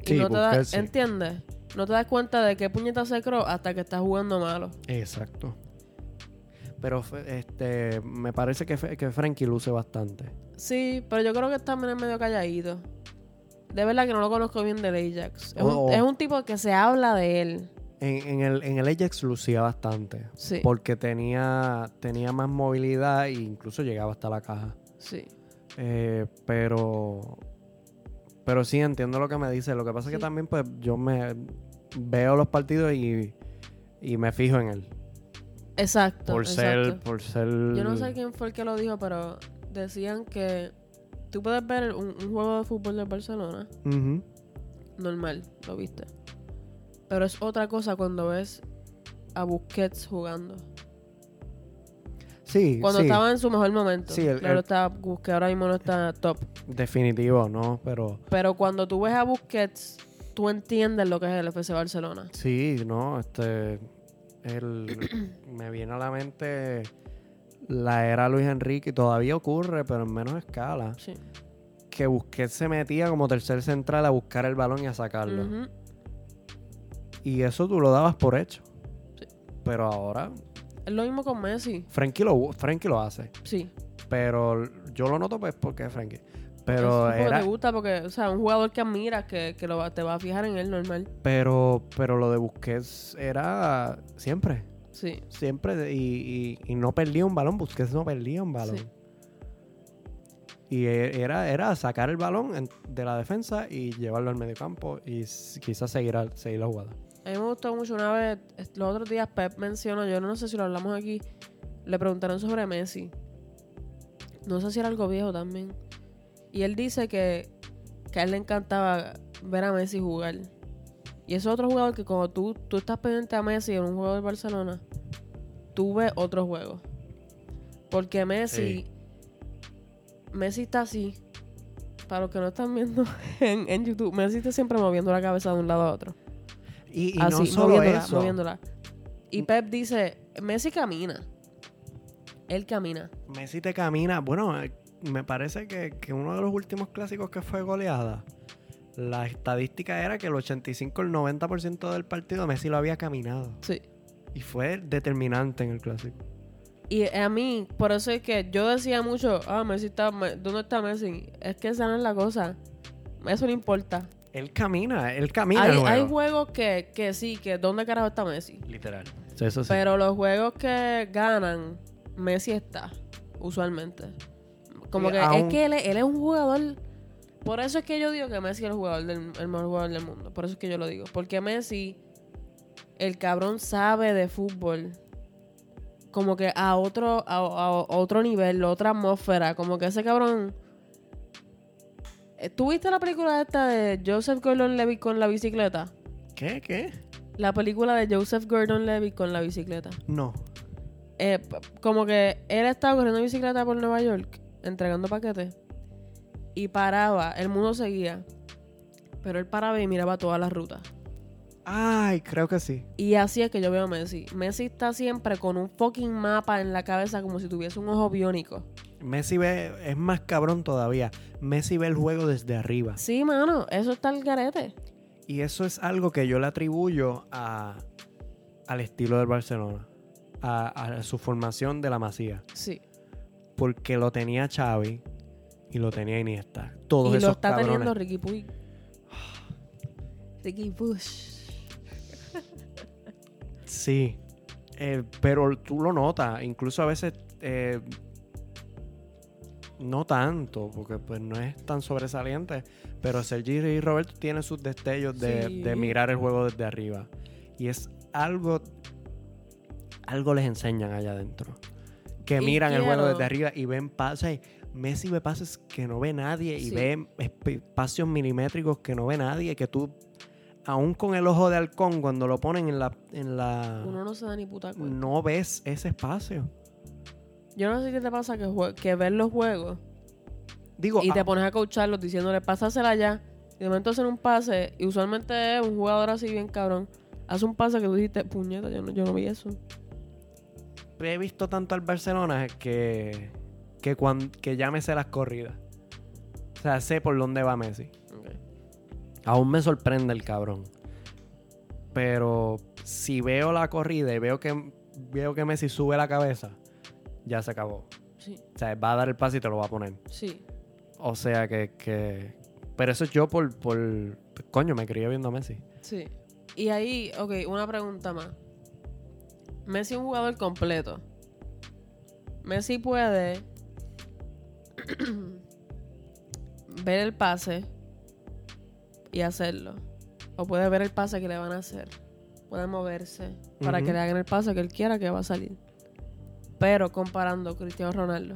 Y
Sí,
no te
Busquets,
das,
sí.
¿entiendes? No te das cuenta de qué puñeta hace Kroos hasta que estás jugando malo.
Exacto. Pero fe- este, me parece que, fe- que Frankie luce bastante.
Sí, pero yo creo que también es medio calladito. De verdad que no lo conozco bien de Ajax. Es,
Oh.
un, es un tipo que se habla de él.
En, en el, en el Ajax lucía bastante.
Sí,
Porque tenía, tenía más movilidad e incluso llegaba hasta la caja.
sí.
Eh, pero. Pero sí, entiendo lo que me dice. Lo que pasa es que
Sí.
también, pues, yo me veo los partidos y, y me fijo en él.
Exacto.
Por ser,
exacto.
por ser.
Yo no sé quién fue el que lo dijo, pero decían que tú puedes ver un, un juego de fútbol de Barcelona
Ujú.
normal, lo viste. Pero es otra cosa cuando ves a Busquets jugando.
Sí,
Cuando
sí,
estaba en su mejor momento.
Sí, el-
claro,
el-
está Busquets ahora mismo no está top.
definitivo, ¿no? Pero.
Pero cuando tú ves a Busquets, tú entiendes lo que es el FC Barcelona.
Sí, no, este. El, me viene a la mente la era Luis Enrique, todavía ocurre, pero en menos escala.
Sí.
Que Busquets se metía como tercer central a buscar el balón y a sacarlo.
Ujú.
Y eso tú lo dabas por hecho.
Sí.
Pero ahora,
Es lo mismo con Messi.
Frankie lo, Frankie lo hace.
Sí.
Pero yo lo noto pues porque es Frankie.
Es
Pero
porque
era,
te gusta, porque, o sea, un jugador que admiras que, que lo va- te va a fijar en él normal.
pero, pero lo de Busquets era siempre.
Sí.
Siempre, de- y, y- y no perdía un balón, Busquets no perdía un balón.
Sí.
Y e- era, era sacar el balón en- de la defensa y llevarlo al medio campo y s- quizás seguir, al- seguir la jugada.
A mí me gustó mucho una vez, est- los otros días Pep mencionó, yo no sé si lo hablamos aquí, le preguntaron sobre Messi. No sé si era algo viejo también. Y él dice que, que a él le encantaba ver a Messi jugar. Y es otro jugador que cuando tú, tú estás pendiente a Messi en un juego de Barcelona, tú ves otro juego. Porque Messi,
Sí.
Messi está así. Para los que no están viendo en, en YouTube, Messi está siempre moviendo la cabeza de un lado a otro
Y, y
así,
no solo
Ah, moviéndola,
eso.
moviéndola. Y Pep dice, Messi camina. Él camina.
Messi te camina. Bueno, eh, me parece que, que uno de los últimos clásicos que fue goleada, la estadística era que el 85, el 90% del partido Messi lo había caminado.
Sí.
Y fue determinante en el clásico.
Y a mí, por eso es que yo decía mucho, ah, Messi está, Me- ¿dónde está Messi? Es que esa no es la cosa. Eso no importa.
Él camina, él camina
hay,
el juego.
hay juegos que, que sí, que ¿dónde carajo está Messi?
Literal. Eso sí.
Pero los juegos que ganan, Messi está, usualmente. Como
Y
que
aún-
es que él, es- él es un jugador. Por eso es que yo digo que Messi es el jugador del, el mejor jugador del mundo. Por eso es que yo lo digo. Porque Messi, el cabrón sabe de fútbol. Como que a otro, a, a otro nivel, otra atmósfera. Como que ese cabrón. Eh, ¿Tú viste la película esta de Joseph Gordon Levy con la bicicleta?
¿Qué? ¿Qué?
La película de Joseph Gordon Levy con la bicicleta
No.
eh, p- como que él estaba corriendo en bicicleta por Nueva York, entregando paquetes, y paraba, el mundo seguía, pero él paraba y miraba todas las rutas.
Ay, creo que sí.
Y así es que yo veo a Messi. Messi está siempre con un fucking mapa en la cabeza como si tuviese un ojo biónico.
Messi ve, es más cabrón todavía. Messi ve el juego desde arriba.
Sí, mano, eso está el garete.
Y eso es algo que yo le atribuyo a, al estilo del Barcelona, a, a su formación de la Masía.
Sí.
Porque lo tenía Xavi y lo tenía Iniesta. Todos
y
esos
lo está
cabrones.
teniendo Ricky Puig. Ricky Bush.
Sí. Eh, pero tú lo notas. Incluso a veces. eh, no tanto, porque pues no es tan sobresaliente. Pero Sergi y Roberto tienen sus destellos de,
Sí.
de mirar el juego desde arriba. Y es algo. Algo les enseñan allá adentro. Que
Y
miran el juego
quiero-
desde arriba y ven pases. Messi ve pases que no ve nadie y
Sí.
ve esp- espacios milimétricos que no ve nadie. Que tú aún con el ojo de halcón, cuando lo ponen en la, en la
Uno no se da ni puta cuenta.
no ves ese espacio. Mm.
Yo no sé qué te pasa que, jue- que ver los juegos
Digo,
y
ah,
te pones a coacharlos diciéndole, pásasela ya. Y de momento hacen un pase, y usualmente es un jugador así bien cabrón. Hace un pase que tú dijiste, puñeta, yo no, yo no vi eso.
he visto tanto al Barcelona que, que, cuan- que ya me sé las corridas. O sea, sé por dónde va Messi. Aún me sorprende el cabrón. Pero si veo la corrida y veo que, veo que Messi sube la cabeza, ya se acabó.
Sí,
O sea, va a dar el pase y te lo va a poner.
sí.
O sea que... que... Pero eso es yo por, por... Coño, me crié viendo a Messi.
Sí. Y ahí, ok, una pregunta más. Messi es un jugador completo. Messi puede ver el pase y hacerlo. O puede ver el pase que le van a hacer. Puede moverse para
Ujú.
que le hagan el pase que él quiera que va a salir. Pero comparando a Cristiano Ronaldo.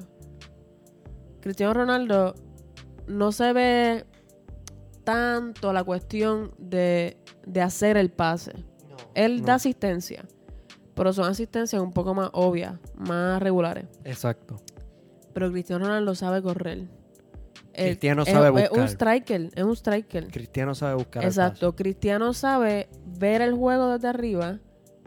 Cristiano Ronaldo no se ve tanto la cuestión de, de hacer el pase. Él
No.
da asistencia, pero son asistencias un poco más obvias, más regulares.
Exacto.
Pero Cristiano Ronaldo sabe correr. Él-
Cristiano
es-
sabe
Es un
buscar.
striker, es un striker.
Cristiano sabe buscar el pase.
Exacto, Cristiano sabe ver el juego desde arriba,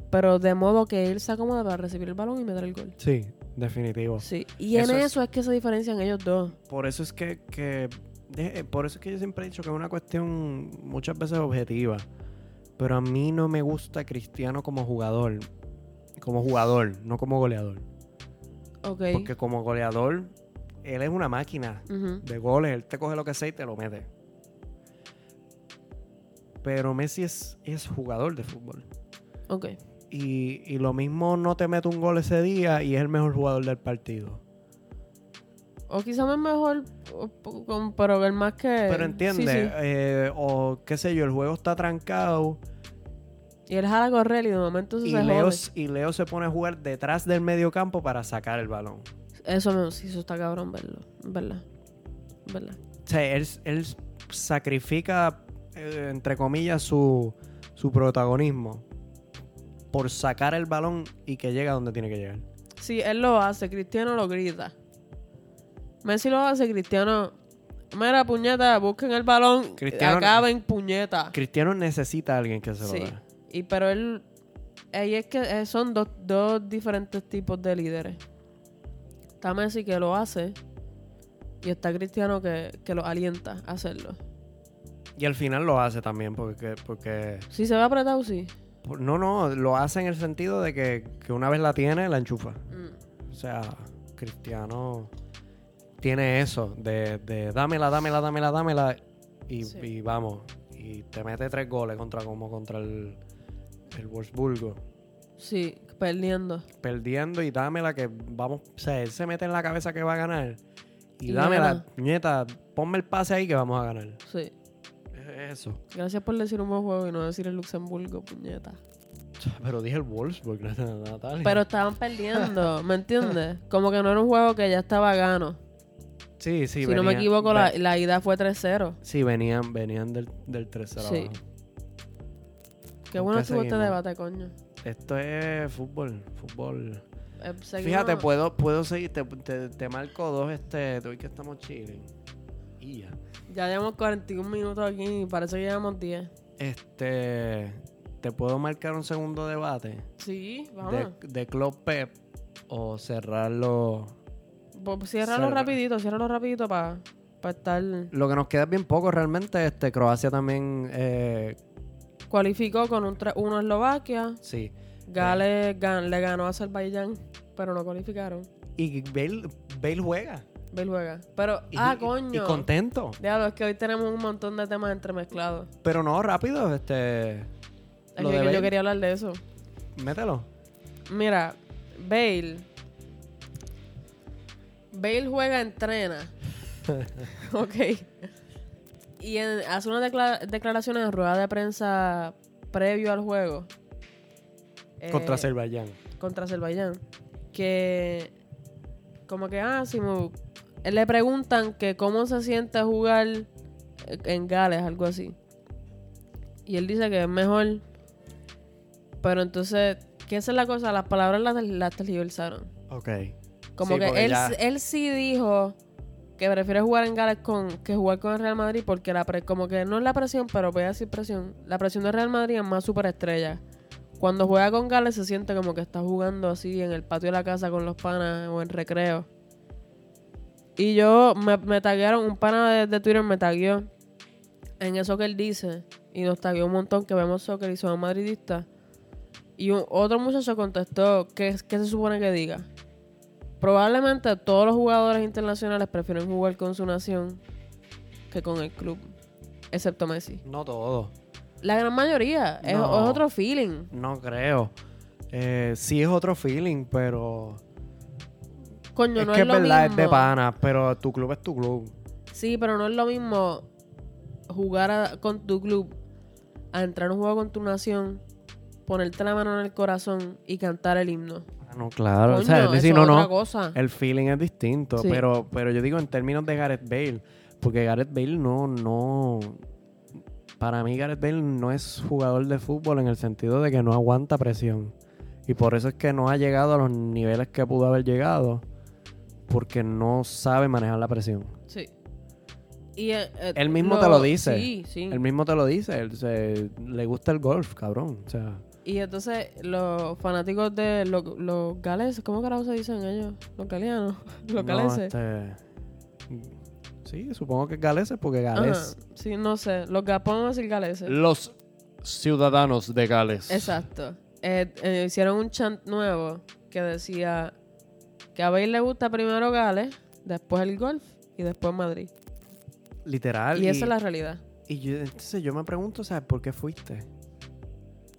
pero de modo que él se acomoda para recibir el balón y meter el gol.
Sí, definitivo.
Sí, y
Oh.
en
Eso
eso
es-
es, que se diferencian ellos dos.
Por eso es que, que- de- eh, por eso es que yo siempre he dicho que es una cuestión muchas veces objetiva. Pero a mí no me gusta Cristiano como jugador. Como jugador, no como goleador.
Ok.
Porque como goleador, él es una máquina
Ujú.
de goles. Él te coge lo que sea y te lo mete. Pero Messi es, es jugador de fútbol.
Ok.
Y, y lo mismo no te mete un gol ese día y es el mejor jugador del partido.
O quizá más mejor, o- o- con- pero el más que.
Pero entiende,
Sí, sí.
eh, o qué sé yo, el juego está trancado
Y él jala a correr y de momento eso
y
se jode.
Leo, y Leo se pone a jugar detrás del medio campo para sacar el balón.
Eso no, sí, eso está cabrón verlo. ¿Verdad? ¿Verdad?
O sea, él, él sacrifica, eh, entre comillas, su, su protagonismo por sacar el balón y que llega donde tiene que llegar.
Sí, él lo hace, Cristiano lo grita. Messi lo hace, Cristiano. Mira, puñeta, busquen el balón.
Cristiano-
Acaben, puñeta.
Cristiano necesita a alguien que se lo
Sí.
dé.
Y pero él ahí es que eh, son dos, dos diferentes tipos de líderes. Está Messi que lo hace y está Cristiano que, que lo alienta a hacerlo.
Y al final lo hace también, porque, porque
Si se ve apretado, sí.
por- no, no, lo hace en el sentido de que, que una vez la tiene, la enchufa.
Mm.
O sea, Cristiano tiene eso de, de dámela, dámela, dámela, dámela y,
Sí.
y vamos. Y te mete tres goles contra como contra el, el Wolfsburgo.
Sí, perdiendo.
Perdiendo y dámela que vamos. O sea, él se mete en la cabeza que va a ganar. Y,
Y
dámela,
gana.
nieta, ponme el pase ahí que vamos a ganar.
Sí.
Es Eso.
Gracias por decir un buen juego y no decir el Luxemburgo, puñeta.
Pero dije el Wolfsburgo, Natalia.
Pero estaban perdiendo, ¿me entiendes? Como que no era un juego que ya estaba gano.
sí, sí,
si no me
venía-
equivoco, la,
ve-
la ida fue 3-0.
Sí, venían, venían del, del 3
Sí. Qué bueno
qué
estuvo este
seguimos?
debate, coño.
Esto es fútbol, fútbol.
Eh, seguimos-
Fíjate, puedo, puedo seguir, te, te- te marco dos, este, de hoy que estamos chilling. Y ya.
Ya llevamos 41 minutos aquí y parece que llevamos 10.
Este, te puedo marcar un segundo debate
Sí, vamos.
de, de Club Pep o cerrarlo.
Bo- Pues Ciérralo
Cerra.
rapidito, ciérralo rapidito para estar...
Lo que nos queda es bien poco realmente, este, Croacia también, eh,
Cualificó con un 3-1 Eslovaquia.
sí.
Gales gan- le ganó a Azerbaiyán, pero no cualificaron.
Y Bale, Bale juega.
Beljuega. Pero,
Y-
ah,
y- Y
coño.
contento.
Diablo, es que hoy tenemos un montón de temas entremezclados.
Pero no, rápido, este.
Es
lo de
que yo- yo
Bale,
quería hablar de eso.
Mételo.
Mira, Bale. Bale juega, entrena. ok. Y en- hace unas decla- declaraciones en rueda de prensa previo al juego. Eh,
Contra Azerbaiyán.
contra Azerbaiyán. Que como que, ah, si me- le preguntan que cómo se siente jugar en Gales, algo así. Y él dice que es mejor. Pero entonces, ¿qué es la cosa? Las palabras las, las tergiversaron.
Ok.
Como
Sí,
que
porque
él,
ya-
él sí dijo que prefiere jugar en Gales con, que jugar con el Real Madrid porque la pre- como que no es la presión, pero voy a decir presión. La presión del Real Madrid es más superestrella. Cuando juega con Gales se siente como que está jugando así en el patio de la casa con los panas o en recreo. Y yo me, me taguearon, un pana de, de Twitter me tagueó en eso que él dice y nos tagueó un montón que vemos soccer y son madridistas. Y un- otro muchacho contestó, ¿qué, ¿qué se supone que diga? Probablemente todos los jugadores internacionales prefieren jugar con su nación que con el club, excepto Messi.
No todo.
La gran mayoría es,
No.
es otro feeling.
No creo. Eh, sí es otro feeling, pero.
Coño,
es
no
que
es
es
lo
verdad, es de
mismo.
pana, pero tu club es tu club.
Sí, pero no es lo mismo jugar a- con tu club a entrar a un juego con tu nación, ponerte la mano en el corazón y cantar el himno.
Ah, no, claro. o
Coño,
sea, es decir,
eso
no,
es otra
no.
cosa.
El feeling es distinto,
Sí.
pero, pero yo digo en términos de Gareth Bale, porque Gareth Bale no, no. Para mí, Gareth Bale no es jugador de fútbol en el sentido de que no aguanta presión. Y por eso es que no ha llegado a los niveles que pudo haber llegado, porque no sabe manejar la presión.
Sí. Y, eh, eh,
Él mismo te lo dice.
Sí, sí.
Él mismo te lo dice, él se- le gusta el golf, cabrón. O sea,
Y entonces los fanáticos de los, los galeses, ¿cómo carajo se dicen ellos? Los galeanos,
no,
los galeses.
este, Sí, supongo que es galeses porque
Ajá,
gales.
Sí, no sé, los gapones y galeses.
Los ciudadanos de Gales.
Exacto. Eh, eh, hicieron un chant nuevo que decía que a Bale le gusta primero Gales, después el golf y después Madrid.
Literal.
Y esa es la realidad.
y yo, entonces yo me pregunto, ¿sabes por qué fuiste?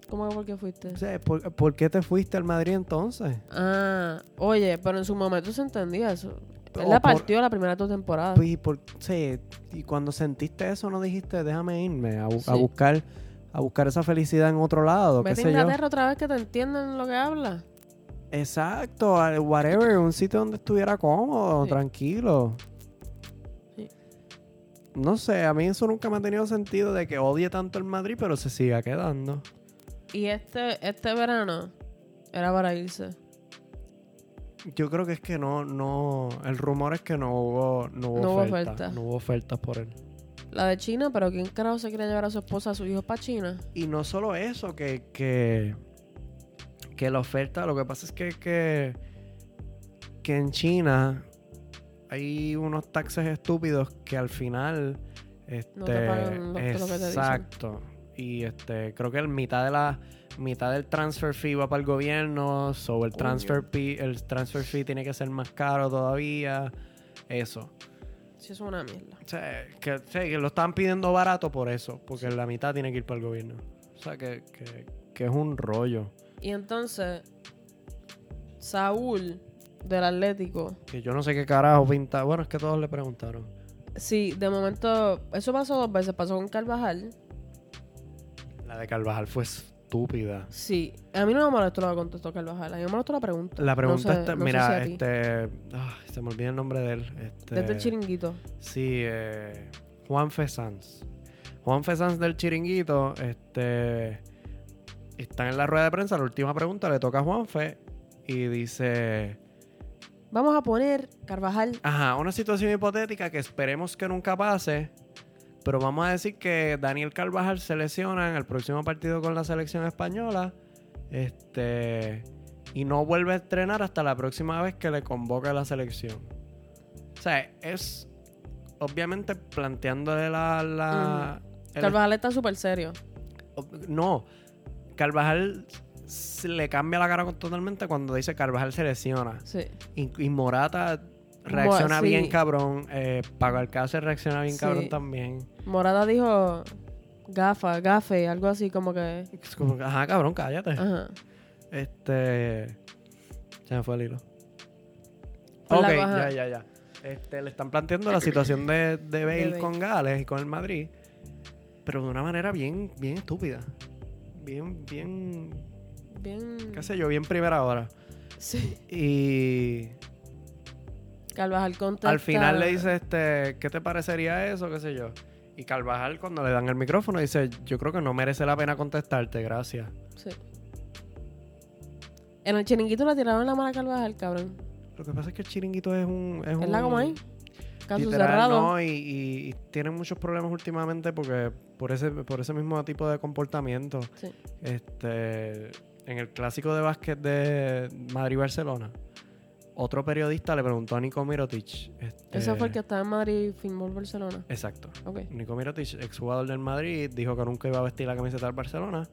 ¿Cómo que por qué fuiste?
O sea, ¿por, por qué te fuiste al Madrid entonces?
Ah, oye, pero en su momento se entendía eso. Él
O
la
por-
partió la primera dos temporadas.
Pues, y, por- sí, y cuando sentiste eso, no dijiste, déjame irme a, bu-
Sí.
a buscar a buscar esa felicidad en otro lado, qué
Vete a
sé yo.
Inglaterra otra vez que te entiendan lo que habla.
Exacto, al- whatever, un sitio donde estuviera cómodo,
Sí.
tranquilo.
Sí.
No sé, a mí eso nunca me ha tenido sentido de que odie tanto el Madrid, pero se siga quedando.
Y este, este verano era para irse.
Yo creo que es que no, no, el rumor es que no hubo, no hubo,
No hubo
oferta,
oferta.
No hubo ofertas por él.
La de China, pero ¿quién carajo se quiere llevar a su esposa, a su hijo para China?
Y no solo eso, que, que que la oferta, lo que pasa es que, que, que en China hay unos taxes estúpidos que al final este,
No te pagan lo- todo lo que te dicen.
exacto. Y este, creo que el mitad de la mitad del transfer fee va para el gobierno, sobre el
Coño.
transfer fee, el transfer fee tiene que ser más caro todavía. Eso.
Sí, eso es una mierda.
O sea, que, sí, que lo están pidiendo barato por eso, porque la mitad tiene que ir para el gobierno. O sea, que, que- que es un rollo.
Y entonces, Saúl del Atlético,
Que yo no sé qué carajo pinta. Bueno, es que todos le preguntaron.
sí, de momento, eso pasó dos veces, pasó con Carvajal.
La de Carvajal fue estúpida.
Sí, a mí no me molestó lo que contestó Carvajal, a mí me molestó la pregunta.
La pregunta
sé-
está-
no sé
mira,
si a ti.
este. ah, se me olvida el nombre de él. Este,
Desde el chiringuito.
Sí, eh, Juan Fesanz. Juan Fesanz del Chiringuito, este. Está en la rueda de prensa. La última pregunta le toca a Juanfe. Y dice.
Vamos a poner Carvajal.
Ajá, una situación hipotética que esperemos que nunca pase. Pero vamos a decir que Daniel Carvajal se lesiona en el próximo partido con la selección española. Este. Y no vuelve a entrenar hasta la próxima vez que le convoque la selección. O sea, es. Obviamente planteándole la. la- el-
Carvajal está súper serio.
ob- no. Carvajal se le cambia la cara con- totalmente cuando dice Carvajal se lesiona.
Sí.
Y, y Morata reacciona
Mo- sí.
bien cabrón. Eh, Paco Alcácer reacciona bien
Sí.
cabrón también.
Morada dijo gafa, gafe, algo así como que.
Es como, ajá, cabrón, cállate.
Ajá.
Este. Se me fue el hilo.
Por
ok,
la baja.
ya, ya, ya. Este, le están planteando la situación de, de Bale
Bale.
con Gales y con el Madrid. Pero de una manera bien, bien estúpida. Bien, bien.
Bien.
¿Qué sé yo? Bien primera hora.
Sí.
Y.
Carvajal contesta.
Al final le dice, este, ¿qué te parecería eso? ¿Qué sé yo? Y Carvajal, cuando le dan el micrófono, dice, yo creo que no merece la pena contestarte, gracias.
Sí. En el chiringuito le tiraron la mano a Carvajal, cabrón.
Lo que pasa es que el chiringuito es un... Es,
¿Es
un-
la como ahí? Caso
literal,
cerrado.
no, y, y- y tienen muchos problemas últimamente porque por ese, por ese mismo tipo de comportamiento.
Sí.
Este, en el clásico de básquet de Madrid-Barcelona, otro periodista le preguntó a Nico Mirotic. este,
Ese fue el que estaba en Madrid y firmó el Barcelona.
Exacto.
Ok.
Nico Mirotic, exjugador del Madrid, dijo que nunca iba a vestir la camiseta del Barcelona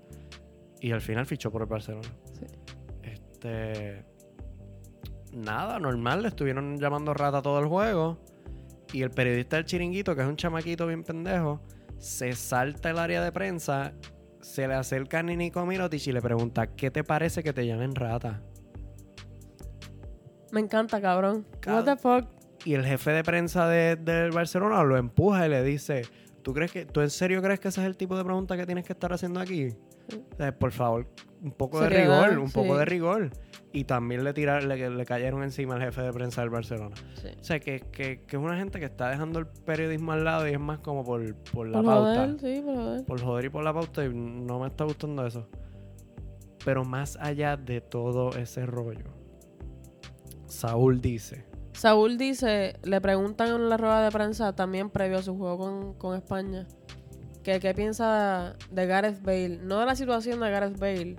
y al final fichó por el Barcelona.
Sí.
Este. Nada, normal, le estuvieron llamando rata todo el juego y el periodista del chiringuito, que es un chamaquito bien pendejo, se salta el área de prensa, se le acerca a Nico Mirotic y le pregunta: ¿Qué te parece que te llamen rata?
Me encanta, cabrón.
Cab-
What the fuck?
Y el jefe de prensa de- del Barcelona lo empuja y le dice, ¿tú crees que, tú en serio crees que ese es el tipo de pregunta que tienes que estar haciendo aquí? O sea, por favor, un poco de
Seriedad,
rigor, un
sí.
poco de rigor. Y también le tiraron, le, le cayeron encima al jefe de prensa del Barcelona.
Sí.
O sea, que, que- que es una gente que está dejando el periodismo al lado y es más como por, por la
Por
pauta.
joder, sí, por joder.
Por joder y por la pauta y no me está gustando eso. Pero más allá de todo ese rollo, Saúl dice,
Saúl dice, le preguntan en la rueda de prensa también previo a su juego con, con España, que qué piensa de Gareth Bale, no de la situación de Gareth Bale,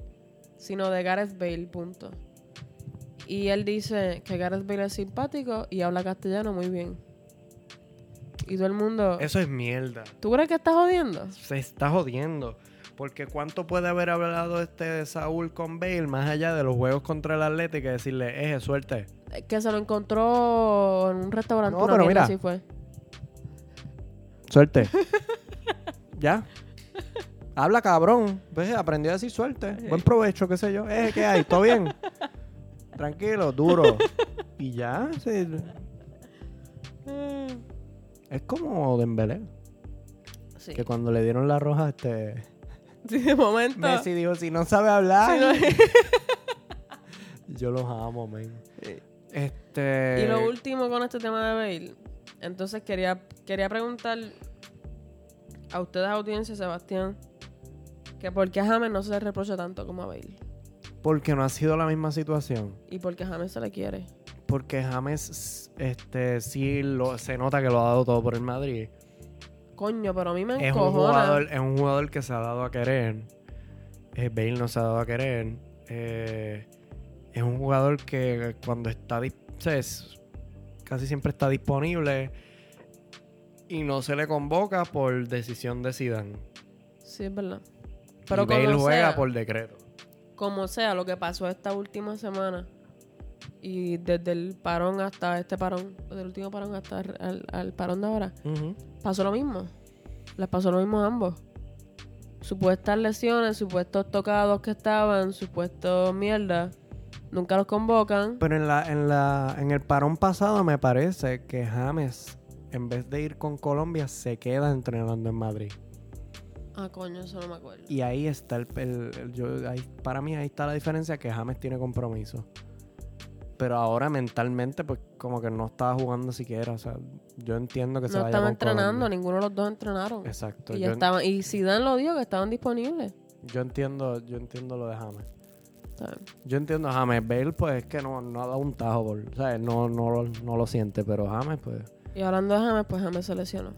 sino de Gareth Bale, punto. Y él dice que Gareth Bale es simpático y habla castellano muy bien. Y todo el mundo...
eso es mierda.
¿Tú crees que estás jodiendo?
se está jodiendo. Porque cuánto puede haber hablado este de Saúl con Bale más allá de los juegos contra el Atlético y decirle, eje, suerte.
Eh, Que se lo encontró en un restaurante.
No,
una
pero
mierda
mira.
Así fue.
Suerte. ¿Ya? Habla cabrón. Pues aprendió a decir suerte. Buen provecho, qué sé yo. Eh, ¿qué hay? ¿Todo bien? Tranquilo, duro. Y ya, sí. es como Dembélé,
Sí.
que cuando le dieron la roja, este...
Sí, de momento.
Messi dijo, si no sabe hablar...
Ah. Sí, no-
Yo los amo, men.
Sí.
Este...
Y lo último con este tema de Bale. Entonces quería, quería preguntar a ustedes, audiencia, Sebastián, que por qué a James no se le reprocha tanto como a Bale.
Porque no ha sido la misma situación.
Y por qué a James se le quiere.
Porque James, este, sí lo, se nota que lo ha dado todo por el Madrid.
Coño, pero a mí me
Es un,
encojona.
jugador, es un jugador que se ha dado a querer. Eh, Bale no se ha dado a querer. eh, es un jugador que cuando está dis- o sea, es- casi siempre está disponible y no se le convoca por decisión de Zidane.
Sí, es verdad.
Pero y
Pero
Bale
como
juega
sea,
por decreto.
como sea, lo que pasó esta última semana y desde el parón hasta este parón, desde el último parón hasta el- al, al parón de ahora, pasó lo mismo. Les pasó lo mismo a ambos. Supuestas lesiones, supuestos tocados que estaban, supuestos mierda. Nunca los convocan.
Pero en la, en la, en el parón pasado me parece que James, en vez de ir con Colombia, se queda entrenando en Madrid.
Ah, coño, eso no me acuerdo.
Y ahí está el, el- el- yo, ahí- para mí ahí está la diferencia que James tiene compromiso. Pero ahora mentalmente, pues como que no estaba jugando siquiera. O sea, yo entiendo que se
no
vaya
estaban
con Colombia.
entrenando, ninguno de los dos entrenaron.
Exacto.
Y,
Yo,
estaban, y Zidane lo dijo que estaban disponibles.
yo entiendo, yo entiendo lo de James.
Está bien.
Yo entiendo a James. Bale, pues es que no, no ha dado un tajo. Por, o sea, no, no, lo- no lo siente, pero James, pues.
Y hablando de James, pues James se lesionó.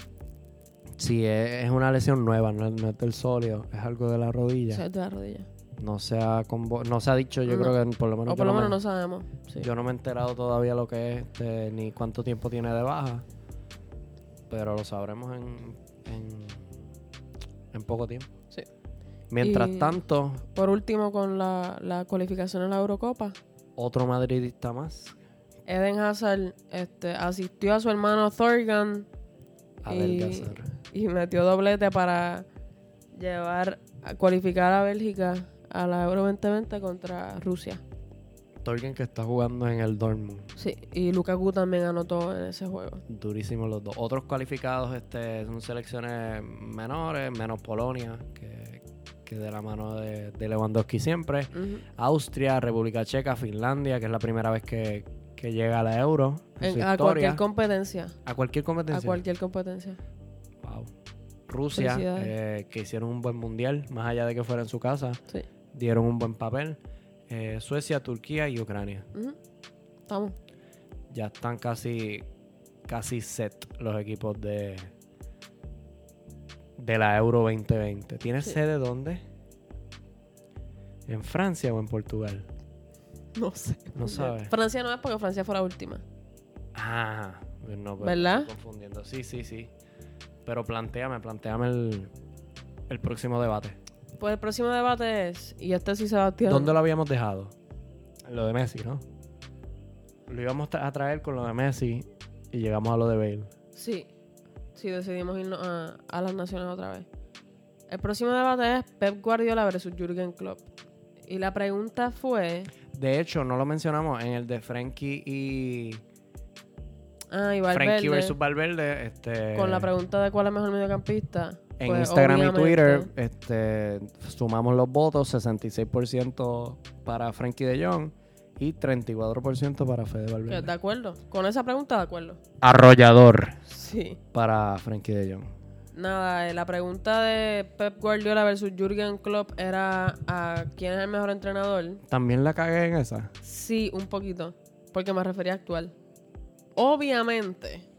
Sí, e, es, es una lesión nueva, no, no es del sólido, es algo de la
O
rodilla.
sea, de la rodilla.
No se ha convo- no se ha dicho, yo
No.
creo que por lo menos,
O
yo
por lo
no me-
menos no sabemos. Sí.
Yo no me he enterado todavía lo que es, este, ni cuánto tiempo tiene de baja. Pero lo sabremos en, en, en poco tiempo.
Sí.
Mientras
Y-
tanto,
Por último, con la, la cualificación en la Eurocopa,
otro madridista más,
Eden Hazard este, asistió a su hermano Thorgan
Adelgazar.
y metió doblete para llevar a cualificar a Bélgica a la Euro 2020 contra Rusia.
Torgen que está jugando en el Dortmund.
Sí, y Lukaku también anotó en ese juego.
Durísimos los dos. Otros cualificados este, son selecciones menores, menos Polonia, que, que de la mano de, de Lewandowski siempre.
Ujú.
Austria, República Checa, Finlandia, que es la primera vez que, que llega a la Euro. en su
En- a
historia.
cualquier competencia.
A cualquier competencia.
A cualquier competencia.
Wow. Rusia,
Felicidades.
eh, que hicieron un buen mundial, más allá de que fuera en su casa,
Sí.
dieron un buen papel. Eh, Suecia, Turquía y Ucrania.
Ujú. Estamos.
Ya están casi, casi set los equipos de, de la Euro 2020. ¿Tienes
Sí.
sede dónde? ¿En Francia o en Portugal?
No sé.
No sabes.
Francia no es porque Francia fue la última.
Ah, no, pero
¿Verdad?
estoy confundiendo. Sí, sí, sí. Pero planteame, planteame el, el próximo debate.
Pues el próximo debate es, y este sí se va a tirar.
¿Dónde lo habíamos dejado? Lo de Messi, ¿no? Lo íbamos tra- a traer con lo de Messi y llegamos a lo de Bale.
Sí, sí, decidimos irnos a, a las naciones otra vez. El próximo debate es Pep Guardiola versus Jürgen Klopp. Y la pregunta fue...
De hecho, no lo mencionamos en el de Frankie y
Ah, y Valverde,
Frankie versus Valverde, este
con la pregunta de cuál es mejor mediocampista.
en
pues,
Instagram y
obviamente,
Twitter, este sumamos los votos, 66% para Frankie de Jong y 34% para Fede
que De
Valverde.
acuerdo. Con esa pregunta, de acuerdo.
Arrollador
Sí.
para Frankie de Jong.
Nada, eh, la pregunta de Pep Guardiola versus Jürgen Klopp era a quién es el mejor entrenador.
También la cagué en esa.
Sí, un poquito, porque me refería a actual. Obviamente,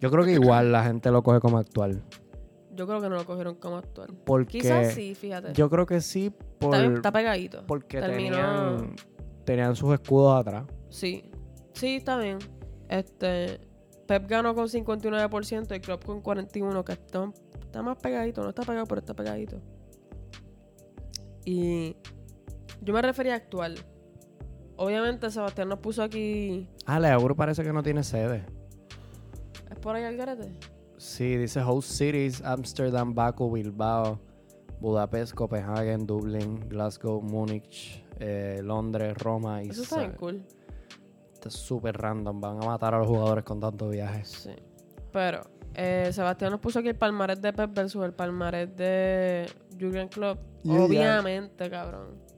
Yo creo que igual la gente lo coge como actual.
yo creo que no lo cogieron como actual.
Porque
Quizás sí, fíjate.
Yo creo que sí, por,
está, bien- está pegadito.
porque
terminó-
tenían, tenían sus escudos atrás.
Sí, sí, está bien. Este, Pep ganó con 59% y Klopp con 41%, que está, está más pegadito. No está pegado, pero está pegadito. Y yo me refería a actual. Obviamente Sebastián nos puso aquí...
Ah, la Euro parece que no tiene sede.
¿Es por ahí el garete?
Sí, dice host cities, Amsterdam, Baku, Bilbao, Budapest, Copenhagen, Dublín, Glasgow, Múnich, eh, Londres, Roma y
Eso está bien cool.
Está súper random. Van a matar a los jugadores con tantos viajes.
Sí. Pero eh, Sebastián nos puso aquí el palmarés de Pep versus el palmarés de Jurgen Klopp.
Yeah, yeah.
Obviamente, cabrón.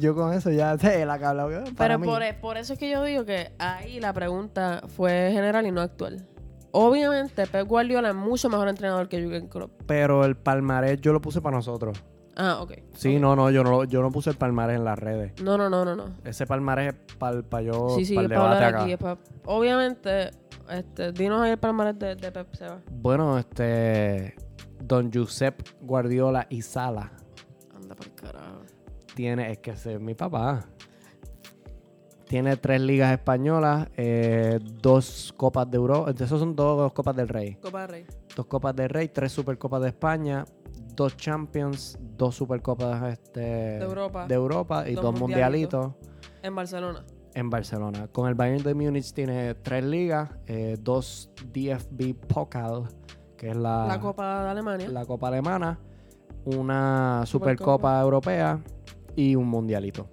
Yo con eso ya sé la que
Pero por, e- por eso es que yo digo que ahí la pregunta fue general y no actual. Obviamente, Pep Guardiola es mucho mejor entrenador que Jurgen Klopp.
Pero el palmarés yo lo puse para nosotros.
Ah, ok.
Sí, no, no, yo no, lo- yo no puse el palmarés en las redes.
No, no, no, no, no.
Ese palmarés es para yo,
sí, sí,
pa'l
es para
debate
hablar
acá.
aquí. es pa- Obviamente, este, dinos ahí el palmarés de, de Pep, Seba.
Bueno, este. Don Josep Guardiola y Sala
Anda por carajo.
tiene, es que ese es mi papá. Tiene tres ligas españolas, eh, dos copas de Europa. Esos son dos copas del Rey.
Copa del Rey.
Dos copas del Rey, tres supercopas de España, dos Champions, dos supercopas este, de,
Europa.
de Europa y
Dos
dos, mundialitos
En Barcelona.
en Barcelona. Con el Bayern de Múnich tiene tres ligas, eh, dos DFB Pokal, que es la,
La Copa de Alemania.
Ah. la Copa alemana, una
Supercopa.
Supercopa europea y un mundialito.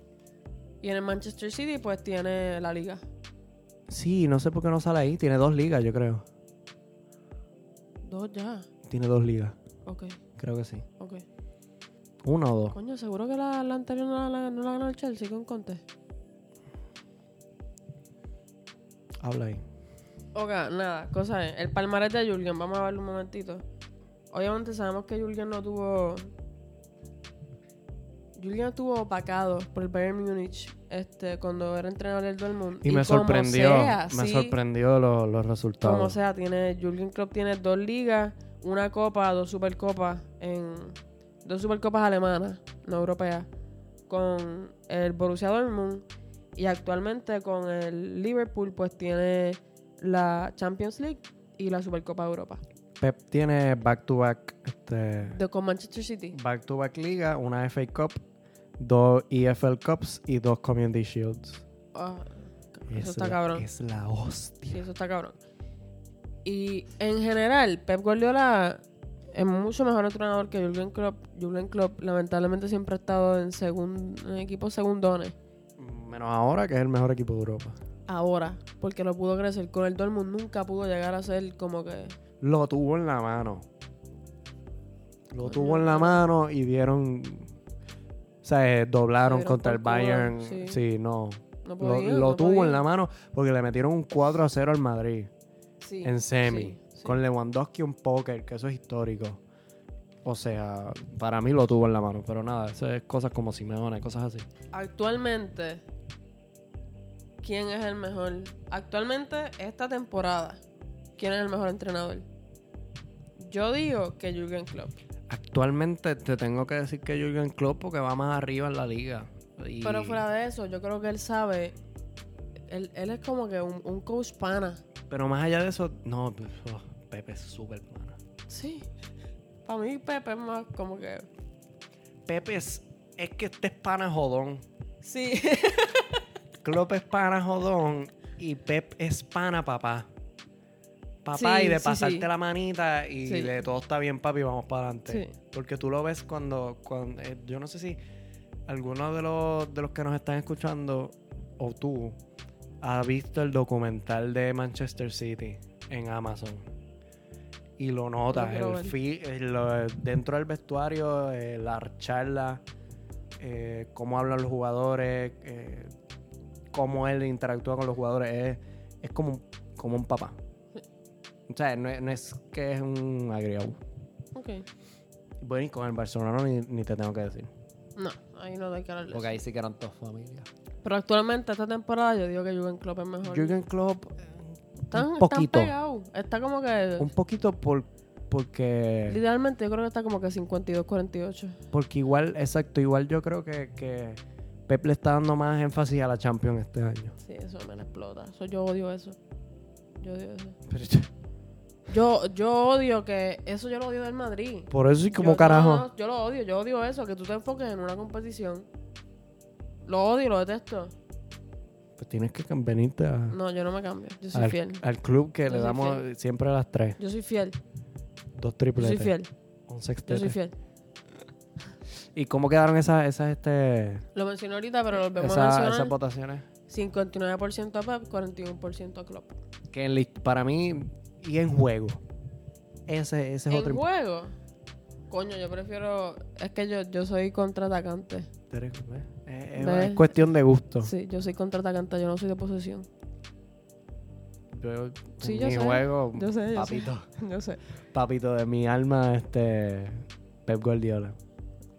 Y en el Manchester City, pues tiene la liga.
Sí, no sé por qué no sale ahí. Tiene dos ligas, yo creo.
Dos ya.
Tiene dos ligas,
Ok,
creo que sí.
ok.
Una o dos.
Coño, seguro que la, la anterior no la, no la ganó el Chelsea con Conte.
Habla ahí.
Ok, nada, cosa es, el palmarés de Julien, vamos a verlo un momentito. Obviamente sabemos que Julien no tuvo. Julien estuvo opacado por el Bayern Múnich este, cuando era entrenador del Dortmund.
Y, me
como
sorprendió.
sea,
me
sí,
sorprendió lo- los resultados.
Como sea, tiene, Jürgen Klopp tiene dos ligas, una copa, dos supercopas en dos supercopas alemanas, no europeas, con el Borussia Dortmund y actualmente con el Liverpool pues tiene la Champions League y la Supercopa de Europa.
Pep tiene back-to-back este,
De con Manchester City.
back to back liga, una FA Cup, dos EFL Cups y dos Community Shields.
Ah,
Es
eso está
la-
cabrón.
Es la
Sí,
hostia.
eso está cabrón. Y en general, Pep Guardiola es mucho mejor entrenador que Jurgen Klopp. Jurgen Klopp lamentablemente siempre ha estado en, segun- en equipos segundones.
Menos ahora que es el mejor equipo de Europa.
Ahora, porque lo pudo crecer. Con el Dortmund nunca pudo llegar a ser como que...
Lo tuvo en la mano. Lo
Coño,
tuvo en la mano y dieron. O sea, eh, doblaron
Dieron
contra el
por culo,
Bayern.
sí.
Sí, no.
No
Lo,
podía.
lo
no
tuvo
podía.
en la mano porque le metieron un 4 a 0 al Madrid
Sí,
en semi.
sí, sí.
Con Lewandowski un póker, que eso es histórico. O sea, para mí lo tuvo en la mano, pero nada, eso es cosas como Simeone, cosas así.
Actualmente, ¿quién es el mejor? Actualmente, esta temporada, ¿quién es el mejor entrenador? Yo digo que Jürgen Klopp.
Actualmente te tengo que decir que Jürgen Klopp porque va más arriba en la liga. Y-
Pero fuera de eso, yo creo que él sabe. Él, él es como que un, un coach pana.
pero más allá de eso, no, pues, oh, Pepe es súper pana.
Sí. Para mí, Pepe es más como que.
Pepe es, es que este es pana jodón.
Sí.
Klopp es pana jodón y Pep es pana papá. Papá
Sí,
y de
sí,
pasarte
sí.
la manita y
Sí.
de todo está bien papi, vamos para adelante.
Sí.
Porque tú lo ves cuando, cuando eh, yo no sé si alguno de los, de los que nos están escuchando o tú ha visto el documental de Manchester City en Amazon. Y lo
Lo
notas,
quiero
el
ver.
fi- el, eh, dentro del vestuario, eh, la charla, eh, cómo hablan los jugadores, eh, cómo él interactúa con los jugadores, es, es como, un- como un papá. O sea, no es, no es que es un agriado.
ok.
Bueno, y con el Barcelona ni, ni te tengo que decir.
No, ahí no hay que hablar de eso.
Porque ahí sí que eran dos familias.
Pero actualmente, esta temporada, yo digo que Jürgen Klopp es mejor.
Jürgen Klopp, eh,
Están-
un
están
poquito.
pegados. Está como que.
Un poquito por, porque...
Literalmente, yo creo que está como que 52-48.
Porque igual, exacto, igual yo creo que, que Pep le está dando más énfasis a la Champions este año.
Sí, eso me la explota. Eso, yo odio eso. Yo odio eso.
Pero-
Yo, yo odio que. Eso yo lo odio del Madrid.
por eso sí como
Yo-
carajo.
no, no, yo lo odio, yo odio eso, que tú te enfoques en una competición. Lo odio, lo detesto.
Pues tienes que cam- venirte a-
No, yo no me cambio. Yo soy
al,
fiel.
al club que
Yo
le
soy
damos
fiel.
siempre a las tres.
Yo soy fiel.
Dos
Yo soy
tripletes.
fiel.
Un
Yo
sextete.
soy fiel.
¿Y cómo quedaron esas, esas, este,
Lo mencioné ahorita, pero lo vemos
esas-
mencionar.
esas votaciones?
59% a Pep, 41% a Klopp.
Que en list- para mí, y en juego. Ese, ese Este es otro
En
imp-
juego. Coño, yo prefiero. Es que yo, yo soy contraatacante.
Tere- ¿ves? Eh, eh,
¿Ves?
es cuestión de gusto.
Sí, yo soy contraatacante, yo no soy de posesión.
Yo,
Sí,
en
yo
mi
sé.
juego,
Yo sé, yo sé.
papito.
Yo sé.
Papito de mi alma, este Pep Guardiola.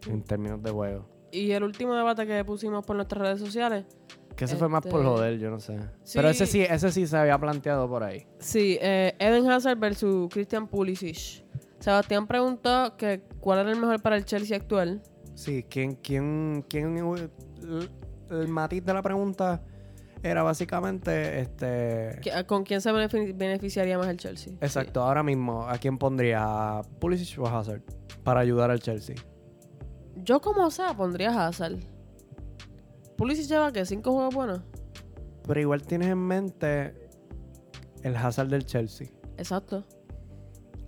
En términos de juego.
Y el último debate que pusimos por nuestras redes sociales.
Que ese fue más por
Este-
joder, yo no sé.
Sí.
Pero ese sí, ese sí se había planteado por ahí.
Sí, eh, Eden Hazard versus Christian Pulisic. Sebastián preguntó que cuál era el mejor para el Chelsea actual.
Sí, ¿quién, quién, quién, el, el matiz de la pregunta era básicamente, este...
¿Qui- eh, ¿Con quién se benefi- beneficiaría más el Chelsea?
Exacto, ahora mismo, ¿a quién pondría? ¿A Pulisic o a Hazard para ayudar al Chelsea?
Sí. Yo como sea pondría a Hazard. Pulisic lleva que cinco juegos buenos.
Pero igual tienes en mente el Hazard del Chelsea
Exacto.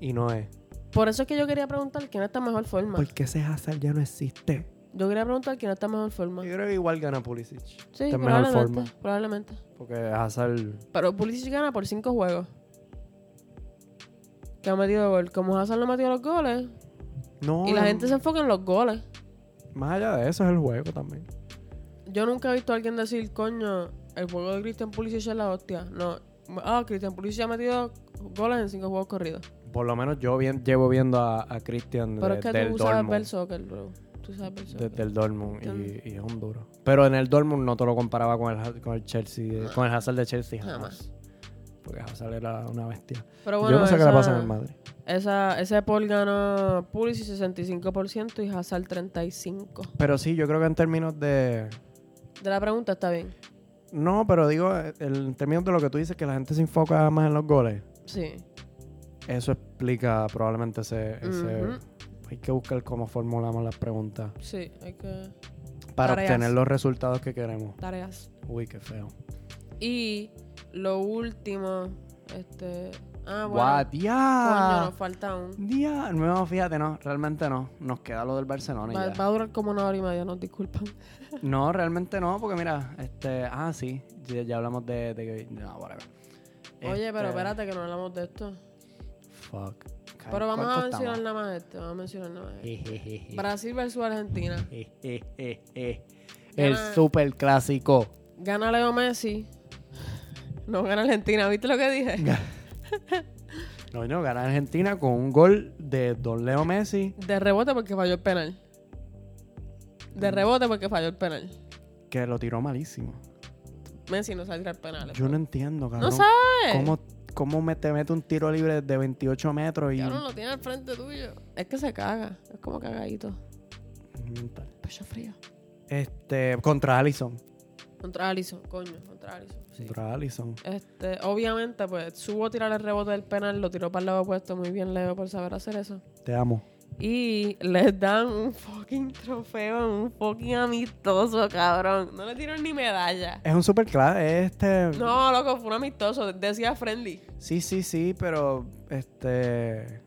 y no es.
Por eso es que yo quería preguntar quién está en mejor forma.
Porque ese Hazard ya no existe.
Yo quería preguntar quién está en mejor forma.
Yo creo que igual gana Pulisic.
Pues. Sí,
está en mejor
probablemente,
forma.
probablemente.
Porque Hazard
Pero Pulisic gana por cinco juegos. Que ha metido gol. Como Hazard no metió los goles.
no.
Y la gente se enfoca en los goles.
Más allá de eso es el juego también.
Yo nunca he visto a alguien decir, coño, el juego de Christian Pulisic es la hostia. No. Ah, Christian Pulisic ha metido goles en cinco juegos corridos.
Por lo menos yo bien, llevo viendo a, a Christian
Pero
de-
es que
del
tú sabes ver
Dortmund.
soccer, bro. Tú sabes ver soccer.
Desde el Dortmund
¿Entiendes?
y, y es un duro. Pero en el Dortmund no te lo comparaba con el, Ha- con el Chelsea, de- con el Hazard de Chelsea jamás.
Jamás.
Porque Hazard era una bestia.
Pero bueno,
yo no sé qué le
esa-
pasa en el Madrid.
esa- ese Paul ganó Pulisic 65% y Hazard 35%.
Pero sí, yo creo que en términos de...
De la pregunta está bien.
No, pero digo, el- en términos de lo que tú dices, que la gente se enfoca más en los goles.
Sí.
Eso explica probablemente ese... ese-
Ujú.
Hay que buscar cómo formulamos las preguntas
Sí, hay que...
para
Tareas.
obtener los resultados que queremos.
Tareas.
Uy, qué feo.
Y lo último, este... Ah, bueno.
¡Guau,
Coño,
¡Dia!
nos falta un...
¡Dia! No, fíjate, no. Realmente no. Nos queda lo del Barcelona y
Va,
ya.
va a durar como una hora y media, nos disculpan.
Este, No, realmente no, porque mira, este, ah, sí, ya, ya hablamos de, de que- no, whatever.
Oye, pero
Este,
espérate que no hablamos de esto.
Fuck. Ca-
Pero vamos a
¿cuánto
mencionar
estamos?
nada más este, vamos a mencionar nada más este.
Jejeje.
Brasil versus Argentina.
Jejeje. El
Gana-
super clásico.
Gana Leo Messi. No gana Argentina, ¿viste lo que dije?
No, no, gana Argentina con un gol de Don Leo Messi
De rebote porque falló el penal.
Mm.
De rebote porque falló el penal.
que lo tiró malísimo.
Messi no sabe tirar penales.
Yo no entiendo, cabrón.
pues. ¡No sabe!
¿Cómo, cómo me te mete un tiro libre de 28 metros y
Ya no lo tiene al frente tuyo. Es que se caga. Es como cagadito.
mental?
Pecho frío.
Este, contra Allison.
Contra Alisson, coño. Contra Alisson. sí.
Contra Allison.
Este, obviamente, pues, subo a tirar el rebote del penal, lo tiró para el lado opuesto. Muy bien, Leo, por saber hacer eso.
Te amo.
Y les dan un fucking trofeo en un fucking amistoso, cabrón. No le dieron ni medalla.
Es un super clave, este.
No, loco, fue un amistoso. Decía friendly.
Sí, sí, sí, pero este.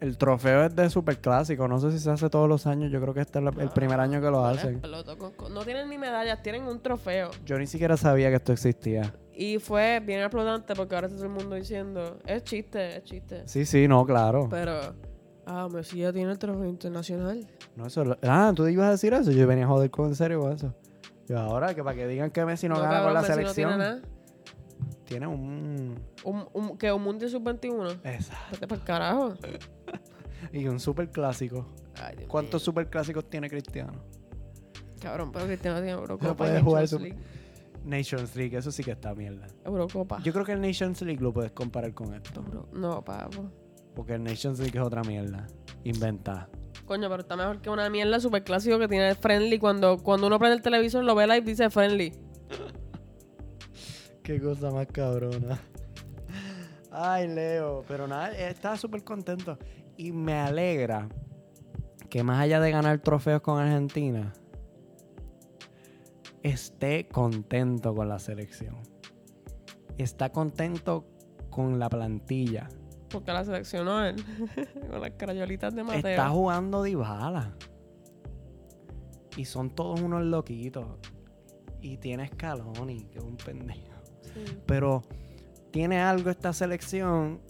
El trofeo es de super clásico. No sé si se hace todos los años. Yo creo que este es la- el primer año que lo
Ah, Vale,
hacen.
pelota, con- con- No tienen ni medallas, tienen un trofeo.
Yo ni siquiera sabía que esto existía.
Y fue bien aplaudante porque ahora está todo el mundo diciendo, es chiste, es chiste.
Sí, sí, no, claro.
Pero, ah, Messi ya tiene el trofeo internacional.
No, eso lo- Ah, tú ibas a decir eso. Yo venía a joder con en serio con eso. Y ahora, que para que digan que Messi no, gana con
cabrón,
la
Messi no
selección.
tiene
tiene,
nada.
un.
Un, un- que un mundial sub-21.
Exacto.
Vete para carajo.
Y un super clásico.
Ay, Dios
¿Cuántos super clásicos tiene Cristiano?
mío. Cabrón, pero Cristiano tiene Eurocopa.
No
y
puede
Nations
jugar su-
League.
Nations League, eso sí que está mierda.
Eurocopa.
Yo creo que el Nations League lo puedes comparar con esto.
Euro- No, papo.
Porque el Nations League es otra mierda. Inventada.
Coño, pero está mejor que una mierda super clásico que tiene el Friendly. Cuando, cuando uno prende el televisor, lo ve live, dice Friendly.
Qué cosa más cabrona. Ay, Leo. Pero nada, eh, estaba súper contento. Y me alegra que más allá de ganar trofeos con Argentina, esté contento con la selección. Está contento con la plantilla.
Porque la seleccionó él. Con las crayolitas de Mateo.
Está jugando Dybala. Y son todos unos loquitos. Y tiene Scaloni, que es un pendejo.
Sí.
Pero tiene algo esta selección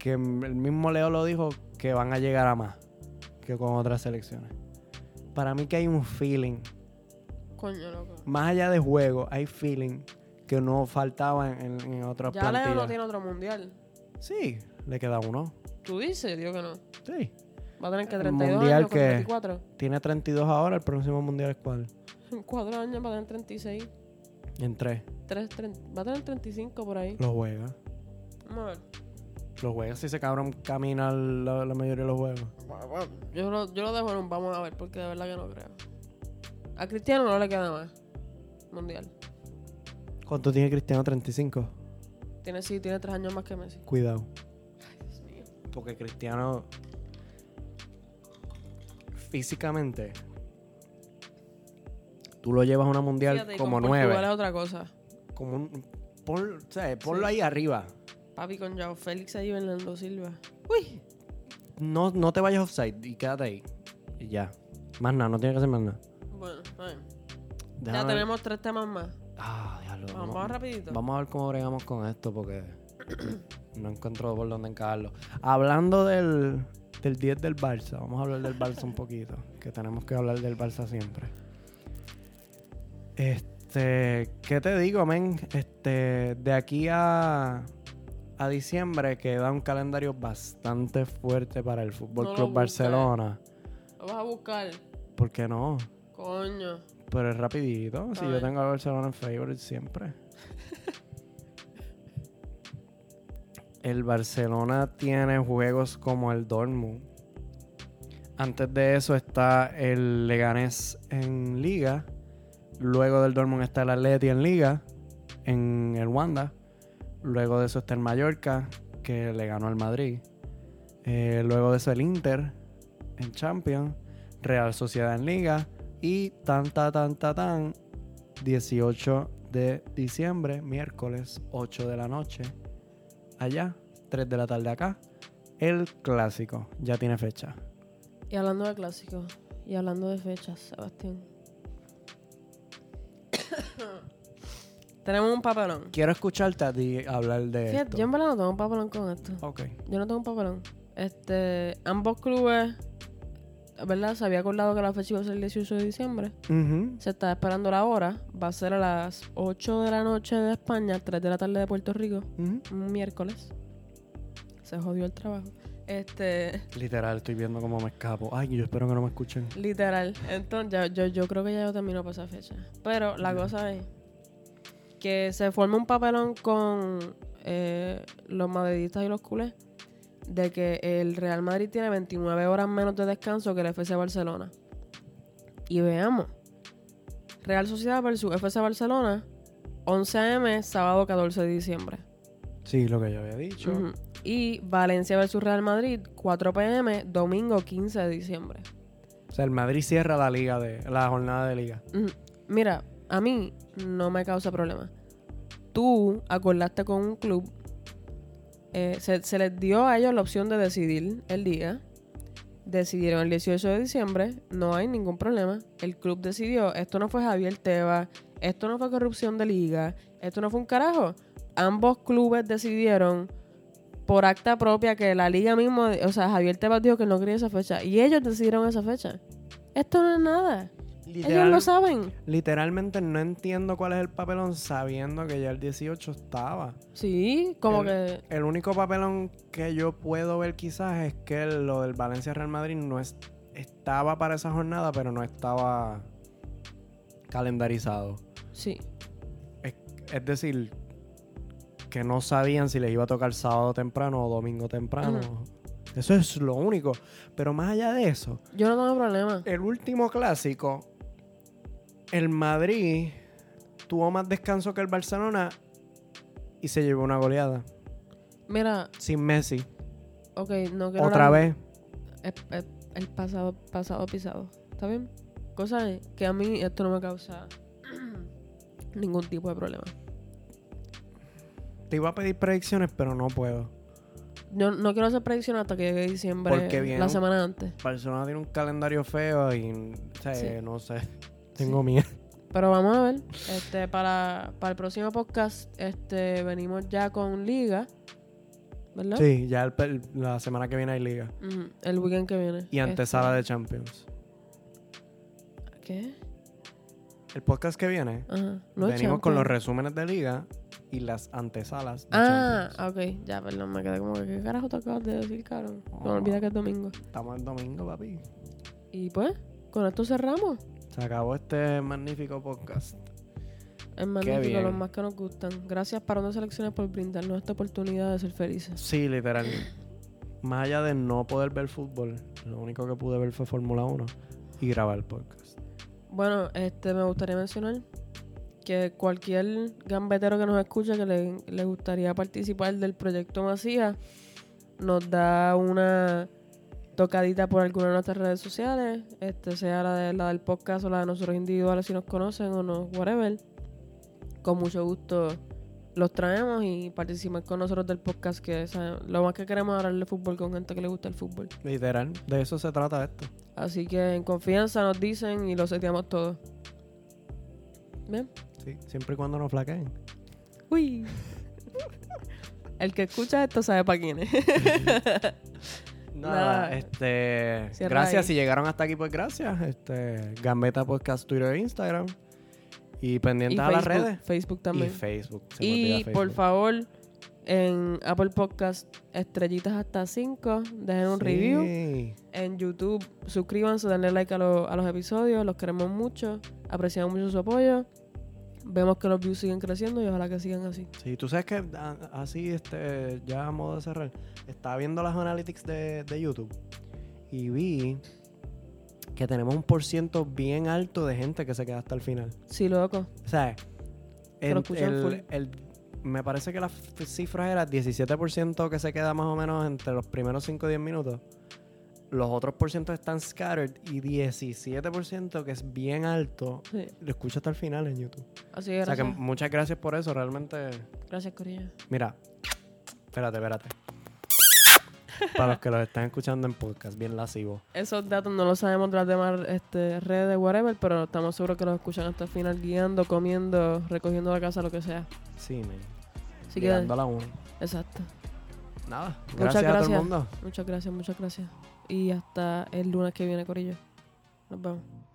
que m- el mismo Leo lo dijo, que van a llegar a más que con otras selecciones. Para mí que hay un feeling,
Coño, loco.
más allá de juego, hay feeling que no faltaba en, en otras
Ya Leo no
plantillas.
tiene otro mundial.
Sí, le queda uno.
Tú dices, yo digo que no.
Sí.
Va a tener que
El
32
mundial
años con
que-
34.
Tiene 32 ahora, el próximo mundial es cuál?
En 4 años va a tener 36.
En 3.
Tres, tren- va a tener 35 por ahí.
Lo juega.
Vamos a ver.
Los juegas si ese cabrón camina la, la mayoría de los juegos.
Yo lo, yo lo dejo en un vamos a ver, porque de verdad que no creo. A Cristiano no le queda más. Mundial.
¿Cuánto tiene Cristiano? 35.
Tiene sí, tiene tres años más que Messi.
Cuidado.
Dios mío.
Porque Cristiano físicamente tú lo llevas a una mundial
Fíjate, y
como
con Portugal
nueve.
es otra cosa.
Como un, pon- o sea, ponlo
Sí.
ahí arriba.
Papi con Joao Félix ahí Bernardo Silva. Uy.
No, no te vayas offside y quédate ahí. Y ya. Más nada, no tiene que hacer más nada.
Bueno, está bien.
Déjame
Ya
ver.
tenemos tres temas más.
Ah, diablo,
Vamos,
no-
rapidito.
Vamos a ver cómo bregamos con esto porque no encuentro por dónde encajarlo. Hablando del, del 10 del Barça, vamos a hablar del Barça un poquito, que tenemos que hablar del Barça siempre. Este, ¿qué te digo, men? Este, de aquí a, a diciembre queda un calendario bastante fuerte para el Fútbol
No lo
Club
busques.
Barcelona.
Lo vas a buscar.
¿Por qué no?
Coño.
Pero es rapidito, si
Está
yo
bien.
tengo a Barcelona en favorite siempre. el Barcelona tiene juegos como el Dortmund. Antes de eso está el Leganés en Liga. Luego del Dortmund está el Atleti en Liga, en el Wanda. Luego de eso está el Mallorca, que le ganó al Madrid. Eh, luego de eso el Inter en Champions. Real Sociedad en Liga. Y tan, tan, tan, tan, tan. 18 de diciembre, miércoles, 8 de la noche. Allá, 3 de la tarde acá. El clásico. Ya tiene fecha.
Y hablando de clásicos. Y hablando de fechas, Sebastián. Tenemos un papelón.
Quiero escucharte a ti hablar de
Fíjate,
esto.
yo en verdad no tengo un papelón con esto.
Ok.
Yo no tengo un papelón. Este, ambos clubes, ¿verdad? Se había acordado que la fecha iba a ser el 18 de diciembre.
Ujú.
Se está esperando la hora. Va a ser a las 8 de la noche de España, 3 de la tarde de Puerto Rico,
Ujú.
un miércoles. Se jodió el trabajo. Este,
Literal, estoy viendo cómo me escapo. Ay, yo espero que no me escuchen.
literal. Entonces, ya- yo, yo creo que ya yo termino para esa fecha. Pero la cosa es que se forma un papelón con eh, los madridistas y los culés de que el Real Madrid tiene 29 horas menos de descanso que el FC Barcelona. Y veamos. Real Sociedad versus FC Barcelona, 11 a.m., sábado 14 de diciembre.
Sí, lo que yo había dicho.
Ujú. Y Valencia versus Real Madrid, 4 p.m., domingo 15 de diciembre.
O sea, el Madrid cierra la liga de la jornada de liga.
Ujú. Mira, a mí no me causa problema. Tú acordaste con un club, eh, se, se les dio a ellos la opción de decidir el día. Decidieron el 18 de diciembre, no hay ningún problema. El club decidió, esto no fue Javier Tebas, esto no fue corrupción de liga, esto no fue un carajo. Ambos clubes decidieron por acta propia que la liga mismo, o sea, Javier Tebas dijo que no quería esa fecha y ellos decidieron esa fecha. Esto no es nada. Ellos lo saben.
Literalmente no entiendo cuál es el papelón sabiendo que ya el 18 estaba.
Sí, como
El-
que.
El único papelón que yo puedo ver quizás es que lo del Valencia Real Madrid no es- estaba para esa jornada, pero no estaba calendarizado.
Sí.
Es, es decir, que no sabían si les iba a tocar sábado temprano o domingo temprano. Eso es lo único. Pero más allá de eso,
Yo no tengo problema.
el último clásico, el Madrid tuvo más descanso que el Barcelona y se llevó una goleada.
Mira,
Sin Messi.
ok, no quiero.
Otra
hablar-
vez.
Es- es- El, pasado, pasado pisado. ¿Está bien? Cosa es que a mí esto no me causa ningún tipo de problema.
Te iba a pedir predicciones, pero no puedo.
Yo no quiero hacer predicción hasta que llegue diciembre,
Porque viene
la
un-
semana antes.
Barcelona tiene un calendario feo y o sea,
Sí.
no sé. Tengo miedo.
Pero vamos a ver. Este, para, para el próximo podcast, este, venimos ya con Liga. ¿Verdad?
Sí, ya el- el- la semana que viene hay liga.
Ujú, el weekend que viene.
Y antesala de Champions.
Este, ¿Qué?
El podcast que viene,
Ajá. No es
venimos con
Champions.
los resúmenes de liga y las antesalas de
Ah,
Champions.
ok. Ya, perdón, me quedé como que, ¿qué carajo te acabas de decir, cabrón?
Oh.
No olvida que es domingo.
Estamos el domingo, papi.
Y pues, con esto cerramos.
Se acabó este magnífico podcast.
Es magnífico,
bien.
los más que nos gustan. Gracias para no selecciones por brindarnos esta oportunidad de ser felices.
Sí, literal. Más allá de no poder ver fútbol, lo único que pude ver fue Fórmula 1 y grabar el podcast.
Bueno, este me gustaría mencionar que cualquier gambetero que nos escuche que le, le gustaría participar del proyecto Macías nos da una tocadita por alguna de nuestras redes sociales, este sea la, de, la del podcast o la de nosotros individuales si nos conocen o no, whatever. Con mucho gusto los traemos y participen con nosotros del podcast que sabe- lo más que queremos es hablar de fútbol con gente que le gusta el fútbol.
Literal, de eso se trata esto.
Así que en confianza nos dicen y lo seteamos todo. ¿Bien?
Sí, siempre y cuando no flaqueen.
Uy. El que escucha esto sabe para quién es.
Nada,
Nada.
este.
Cierra
gracias
ahí.
si llegaron hasta aquí, pues gracias. Este, Gambeta Podcast, Twitter e Instagram. Y pendientes
Y
a las
Facebook-
redes.
Facebook también.
Y Facebook. se me
Y,
olvida
por
Facebook.
favor, en Apple Podcast, estrellitas hasta 5, dejen un
Sí.
review. En YouTube, suscríbanse, denle like a, lo- a los episodios, los queremos mucho, apreciamos mucho su apoyo. Vemos que los views siguen creciendo y ojalá que sigan así.
Sí, tú sabes que a- así, este, ya a modo de cerrar, estaba viendo las analytics de, de YouTube y vi que tenemos un por ciento bien alto de gente que se queda hasta el final.
Sí, loco.
O sea,
Que lo
el-
escuchan
el-
full.
el- me parece que la f- cifra era 17% que se queda más o menos entre los primeros 5 o 10 minutos. Los otros por ciento están scattered y 17% que es bien alto.
Sí.
Lo escucho hasta el final en YouTube.
Así que
O sea que
gracias.
muchas gracias por eso, realmente.
Gracias, Corilla.
Mira, espérate, espérate. Para los que los están escuchando en podcast, bien lascivo.
Esos datos no los sabemos de las demás este, redes, whatever, pero estamos seguros que los escuchan hasta el final guiando, comiendo, recogiendo la casa, lo que sea.
Sí, man.
Así que,
Llegando a la una.
exacto.
Nada.
Muchas
Gracias, a todo el
gracias.
mundo.
Muchas gracias, muchas gracias. Y hasta el lunes que viene, Corillo. Nos vemos.